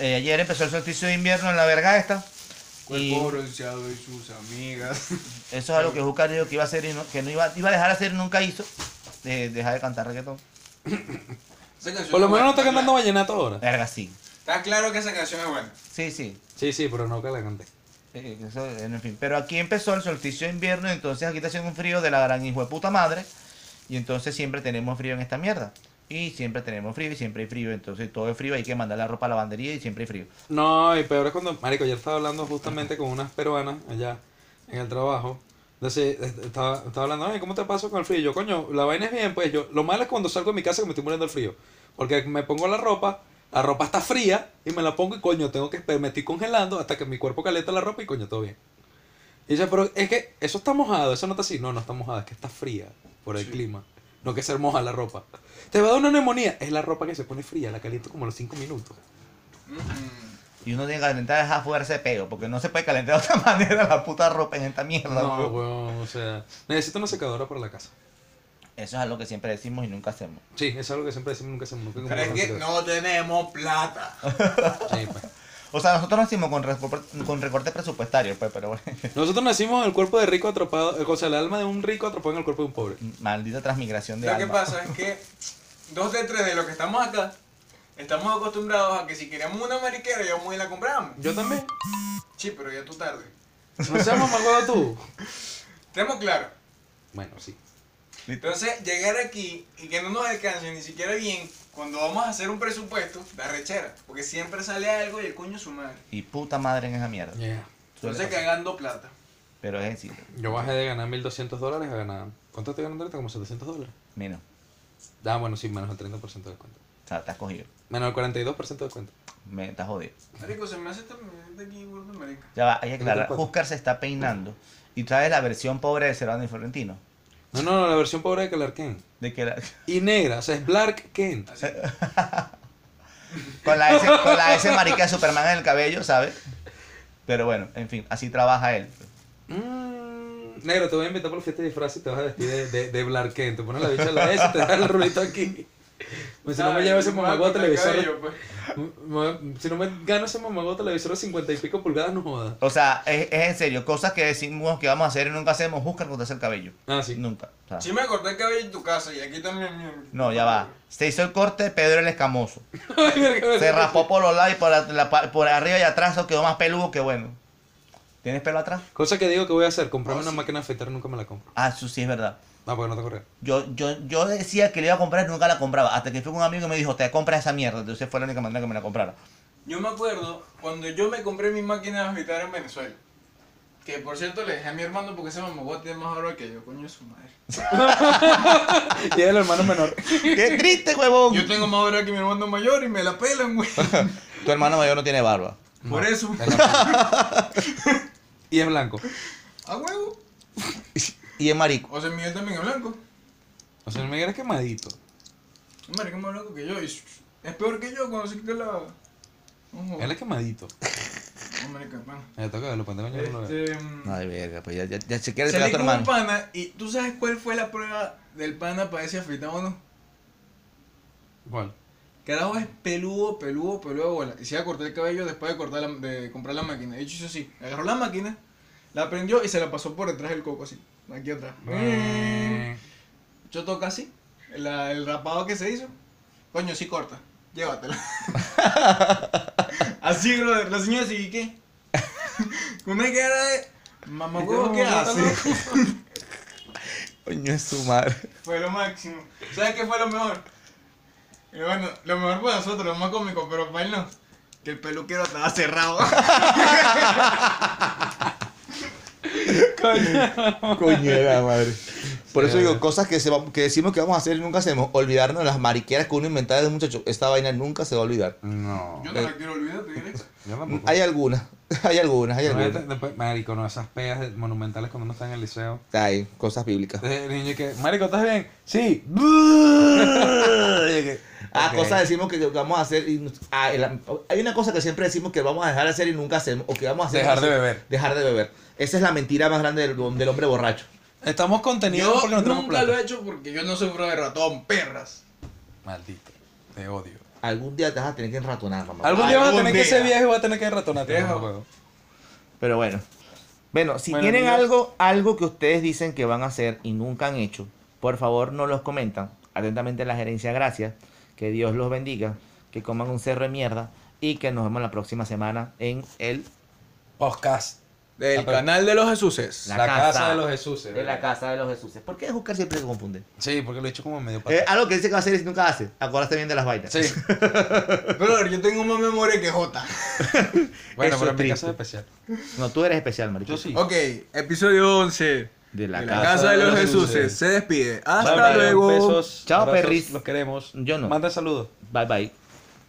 [SPEAKER 2] Eh, ayer empezó el solsticio de invierno en la verga esta. Y
[SPEAKER 3] Cuerpo bronceado y sus amigas.
[SPEAKER 2] eso es algo que Júcar dijo que iba a hacer y no- que no iba, iba a dejar de hacer y nunca hizo. De, dejar de cantar reggaetón.
[SPEAKER 3] Esa canción
[SPEAKER 1] Por lo menos
[SPEAKER 3] es buena,
[SPEAKER 1] no está cantando vallenato ahora.
[SPEAKER 2] Verga, sí.
[SPEAKER 3] Está claro que esa canción es buena.
[SPEAKER 2] Sí, sí.
[SPEAKER 1] Sí, sí, pero no que la canté.
[SPEAKER 2] Eh, eso, en fin. Pero aquí empezó el solsticio de invierno, entonces aquí está haciendo un frío de la gran hijo de puta madre. Y entonces siempre tenemos frío en esta mierda. Y siempre tenemos frío y siempre hay frío. Entonces todo es frío, hay que mandar la ropa a la lavandería y siempre hay frío.
[SPEAKER 1] No, y peor es cuando, marico, yo estaba hablando justamente con unas peruanas allá en el trabajo. Entonces, est- estaba, estaba hablando, "Ay, ¿cómo te paso con el frío? Y yo, coño, la vaina es bien, pues yo, lo malo es cuando salgo de mi casa que me estoy muriendo el frío. Porque me pongo la ropa, la ropa está fría y me la pongo y coño, tengo que, esperar, me estoy congelando hasta que mi cuerpo calienta la ropa y coño, todo bien. Y ella, pero es que eso está mojado, eso no está así. No, no está mojado, es que está fría por el
[SPEAKER 4] Sí.
[SPEAKER 1] clima. No que se moja la ropa. Te va a dar una neumonía. Es la ropa que se pone fría, la caliento como a los 5 minutos.
[SPEAKER 2] Y uno tiene que calentar esa fuerza de peo, porque no se puede calentar de otra manera la puta ropa en esta mierda.
[SPEAKER 1] No,
[SPEAKER 2] weón.
[SPEAKER 1] weón, o sea, necesito una secadora para la casa.
[SPEAKER 2] Eso es algo que siempre decimos y nunca hacemos.
[SPEAKER 1] Sí, es algo que siempre decimos, nunca hacemos. Nunca
[SPEAKER 3] Pero es
[SPEAKER 1] compramos
[SPEAKER 3] que
[SPEAKER 1] una
[SPEAKER 3] no tenemos plata.
[SPEAKER 1] secadora. Sí, pues.
[SPEAKER 2] O sea, nosotros nacimos con, recorte- con recortes presupuestarios, pues, pero bueno.
[SPEAKER 1] Nosotros nacimos en el cuerpo de rico atrapado, eh, o sea, el alma de un rico atrapada en el cuerpo de un pobre.
[SPEAKER 2] Maldita transmigración de
[SPEAKER 3] Lo que
[SPEAKER 2] alma.
[SPEAKER 3] pasa es que dos de tres de los que estamos acá estamos acostumbrados a que si queremos una mariquera, íbamos y la compramos.
[SPEAKER 1] Yo también.
[SPEAKER 3] Sí, pero ya tú tarde.
[SPEAKER 1] No seas mamagüevo tú.
[SPEAKER 3] Tenemos claro.
[SPEAKER 1] Bueno, sí.
[SPEAKER 3] Entonces, llegar aquí y que no nos alcance ni siquiera bien cuando vamos a hacer un presupuesto, da rechera. Porque siempre sale algo y el coño es su madre.
[SPEAKER 2] Y puta madre en esa mierda.
[SPEAKER 1] Yeah.
[SPEAKER 2] Suele
[SPEAKER 3] Entonces,
[SPEAKER 2] pasar.
[SPEAKER 3] cagando plata.
[SPEAKER 2] Pero es decir,
[SPEAKER 1] Yo bajé de ganar 1200 dólares a ganar. ¿Cuánto estoy ganando ahorita? Como 700 dólares.
[SPEAKER 2] menos.
[SPEAKER 1] Ah, bueno, sí, menos el 30% de descuento.
[SPEAKER 2] O sea, te has cogido.
[SPEAKER 1] Menos el 42% de descuento.
[SPEAKER 2] Me estás jodido.
[SPEAKER 3] Marico, se me hace esta mierda aquí, gordo marica.
[SPEAKER 2] Ya va, hay que
[SPEAKER 1] Tengo
[SPEAKER 2] aclarar.
[SPEAKER 1] cuatro.
[SPEAKER 2] Oscar se está peinando. Y trae la versión pobre de Servando y Florentino.
[SPEAKER 1] No, no, no, la versión pobre de Clark Kent.
[SPEAKER 2] De que la-
[SPEAKER 1] Y negra, o sea, es Black Kent.
[SPEAKER 3] Así.
[SPEAKER 2] con, la S, con la S marica de Superman en el cabello, ¿sabes? Pero bueno, en fin, así trabaja él.
[SPEAKER 1] Mm, negro, te voy a invitar por la fiesta de disfraz y te vas a vestir de, de, de Black Kent. Te pones la bicha en la S y te das el rulito aquí. Pues si no me
[SPEAKER 3] Ay,
[SPEAKER 1] llevo ese
[SPEAKER 3] me voy a
[SPEAKER 1] mamagüevo
[SPEAKER 3] cortar el
[SPEAKER 1] televisor.
[SPEAKER 3] cabello, pues.
[SPEAKER 1] m- m- Si no me gano ese mamagüevo televisor de 50 y pico pulgadas, no joda.
[SPEAKER 2] O sea, es, es en serio. Cosas que decimos que vamos a hacer y nunca hacemos. Oscar cortarse el cabello.
[SPEAKER 1] Ah, sí.
[SPEAKER 2] Nunca. o sea,
[SPEAKER 3] Sí me corté el cabello en tu casa y aquí también. mira.
[SPEAKER 2] no, ya va. Se hizo el corte de Pedro el Escamoso.
[SPEAKER 1] Ay, verga, verga.
[SPEAKER 2] Se raspó por los lados y por, la- la pa- por arriba y atrás eso quedó más peludo que bueno. ¿Tienes pelo atrás?
[SPEAKER 1] Cosa que digo que voy a hacer, comprarme
[SPEAKER 3] Oh,
[SPEAKER 1] una
[SPEAKER 3] sí.
[SPEAKER 1] máquina de afeitar, nunca me la compro.
[SPEAKER 2] Ah, eso sí es verdad.
[SPEAKER 1] No, porque no te correr.
[SPEAKER 2] Yo, yo, yo decía que le iba a comprar y nunca la compraba. Hasta que fui con un amigo que me dijo, te compras esa mierda. Entonces fue la única manera que me la comprara.
[SPEAKER 3] Yo me acuerdo cuando yo me compré mi máquina de afeitar en Venezuela. Que por cierto le dejé a mi hermano porque ese mamagote es más oro que yo, coño es su madre.
[SPEAKER 1] Y es el hermano menor.
[SPEAKER 2] ¡Qué triste, huevón!
[SPEAKER 3] Yo tengo más hora que mi hermano mayor y me la pelan, güey.
[SPEAKER 2] Tu hermano mayor no tiene barba.
[SPEAKER 3] Por
[SPEAKER 1] No,
[SPEAKER 3] eso.
[SPEAKER 1] es la- y es blanco.
[SPEAKER 3] A huevo.
[SPEAKER 2] Y es marico.
[SPEAKER 3] O sea, Miguel también es blanco.
[SPEAKER 1] O sea, el Miguel es quemadito.
[SPEAKER 3] Un marico más blanco que yo. y es peor que yo cuando se quita la. Ojo.
[SPEAKER 1] Él es quemadito.
[SPEAKER 3] Un marico, pana.
[SPEAKER 1] Me toca verlo, pues, ponte coño. yo no lo veo.
[SPEAKER 3] Este.
[SPEAKER 2] Ay, verga, pues ya, ya, ya se quiere pegar a
[SPEAKER 3] Salí
[SPEAKER 2] tu
[SPEAKER 3] con un
[SPEAKER 2] hermano.
[SPEAKER 3] pana y tú sabes cuál fue la prueba del pana para ese afeitado o no.
[SPEAKER 1] ¿Cuál?
[SPEAKER 3] Carajo es peludo, peludo, peludo de bola. Y se iba a cortar el cabello después de, cortar la- de comprar la máquina. De hecho, hizo así. Agarró la máquina, la prendió y se la pasó por detrás del coco así. Aquí atrás.
[SPEAKER 1] Ah. Eh,
[SPEAKER 3] Yo toca así. la- el rapado que se hizo. Coño, sí corta. Llévatela. así, brother. La señora así, ¿y qué? Con una cara de... Mamá, huevo, ¿qué hace?
[SPEAKER 2] Coño, es su madre.
[SPEAKER 3] Fue lo máximo. ¿Sabes qué fue lo mejor? Y bueno, lo mejor fue nosotros, lo más cómico, pero para él no. Que el peluquero estaba cerrado.
[SPEAKER 2] Coño, la madre. Por
[SPEAKER 1] Sí,
[SPEAKER 2] eso digo,
[SPEAKER 1] vale.
[SPEAKER 2] cosas que, se va- que decimos que vamos a hacer y nunca hacemos. Olvidarnos de las mariqueras que uno inventaba de muchacho. Esta vaina nunca se va a olvidar.
[SPEAKER 1] No.
[SPEAKER 3] Yo no la quiero olvidar, ¿te diré.
[SPEAKER 1] Yo tampoco.
[SPEAKER 2] Hay algunas, hay algunas, hay
[SPEAKER 1] No,
[SPEAKER 2] algunas.
[SPEAKER 1] este- después, marico, no, esas pegas de- monumentales cuando uno está en el liceo.
[SPEAKER 2] Hay cosas bíblicas.
[SPEAKER 1] Entonces el niño que, marico, ¿estás bien? Sí.
[SPEAKER 2] Ay, Ah,
[SPEAKER 1] Ok.
[SPEAKER 2] cosas decimos que que vamos a hacer. y nos- ah, el- hay una cosa que siempre decimos que vamos a dejar de hacer y nunca hacemos. O que vamos a hacer.
[SPEAKER 1] Dejar de
[SPEAKER 2] Entonces,
[SPEAKER 1] beber.
[SPEAKER 2] Dejar de beber. Esa es la mentira más grande del, del hombre borracho.
[SPEAKER 1] Estamos contenidos
[SPEAKER 3] Yo
[SPEAKER 1] porque no tenemos
[SPEAKER 3] nunca
[SPEAKER 1] plata.
[SPEAKER 3] lo he hecho porque yo no sufro de ratón, perras.
[SPEAKER 1] Maldito. Te odio.
[SPEAKER 2] Algún día te vas a tener que enratonar, mamá.
[SPEAKER 1] Algún día vas a
[SPEAKER 3] Algún
[SPEAKER 1] tener que ser
[SPEAKER 3] día.
[SPEAKER 1] viejo y vas a tener que ratonarte.
[SPEAKER 3] Viejo.
[SPEAKER 1] juego.
[SPEAKER 2] Pero bueno. Bueno, si
[SPEAKER 1] Bueno,
[SPEAKER 2] tienen
[SPEAKER 1] amigos.
[SPEAKER 2] algo, algo que ustedes dicen que van a hacer y nunca han hecho, por favor no los comentan. Atentamente la gerencia, gracias. Que Dios los bendiga, que coman un cerro de mierda y que nos vemos la próxima semana en el
[SPEAKER 1] Podcast.
[SPEAKER 3] Del
[SPEAKER 1] Ah, pero-
[SPEAKER 3] canal de los Jesuses.
[SPEAKER 1] La casa de los Jesuses,
[SPEAKER 2] De la
[SPEAKER 1] ¿verdad?
[SPEAKER 2] casa de los Jesuses. ¿Por qué Júcar siempre se confunde?
[SPEAKER 1] Sí, porque lo he hecho como medio
[SPEAKER 2] Eh,
[SPEAKER 1] pato.
[SPEAKER 2] algo que dice que va a hacer y nunca hace. Acuérdate bien de las vainas.
[SPEAKER 1] Sí.
[SPEAKER 3] Brother, yo tengo más memoria que Jota.
[SPEAKER 1] Bueno,
[SPEAKER 2] Eso
[SPEAKER 1] pero
[SPEAKER 2] es
[SPEAKER 1] en mi caso
[SPEAKER 2] triste.
[SPEAKER 1] es especial.
[SPEAKER 2] No, tú eres especial, marico.
[SPEAKER 1] Yo sí.
[SPEAKER 3] Ok, episodio 11.
[SPEAKER 2] De la
[SPEAKER 3] De
[SPEAKER 2] casa.
[SPEAKER 3] la casa de los
[SPEAKER 1] Jesuses.
[SPEAKER 3] Jesuses. Se despide.
[SPEAKER 1] Bye,
[SPEAKER 3] Hasta
[SPEAKER 1] bye,
[SPEAKER 3] luego.
[SPEAKER 1] Besos.
[SPEAKER 2] Chao,
[SPEAKER 1] abrazos,
[SPEAKER 2] perris.
[SPEAKER 1] Los queremos.
[SPEAKER 2] Yo no.
[SPEAKER 1] Manda saludos.
[SPEAKER 2] Bye bye.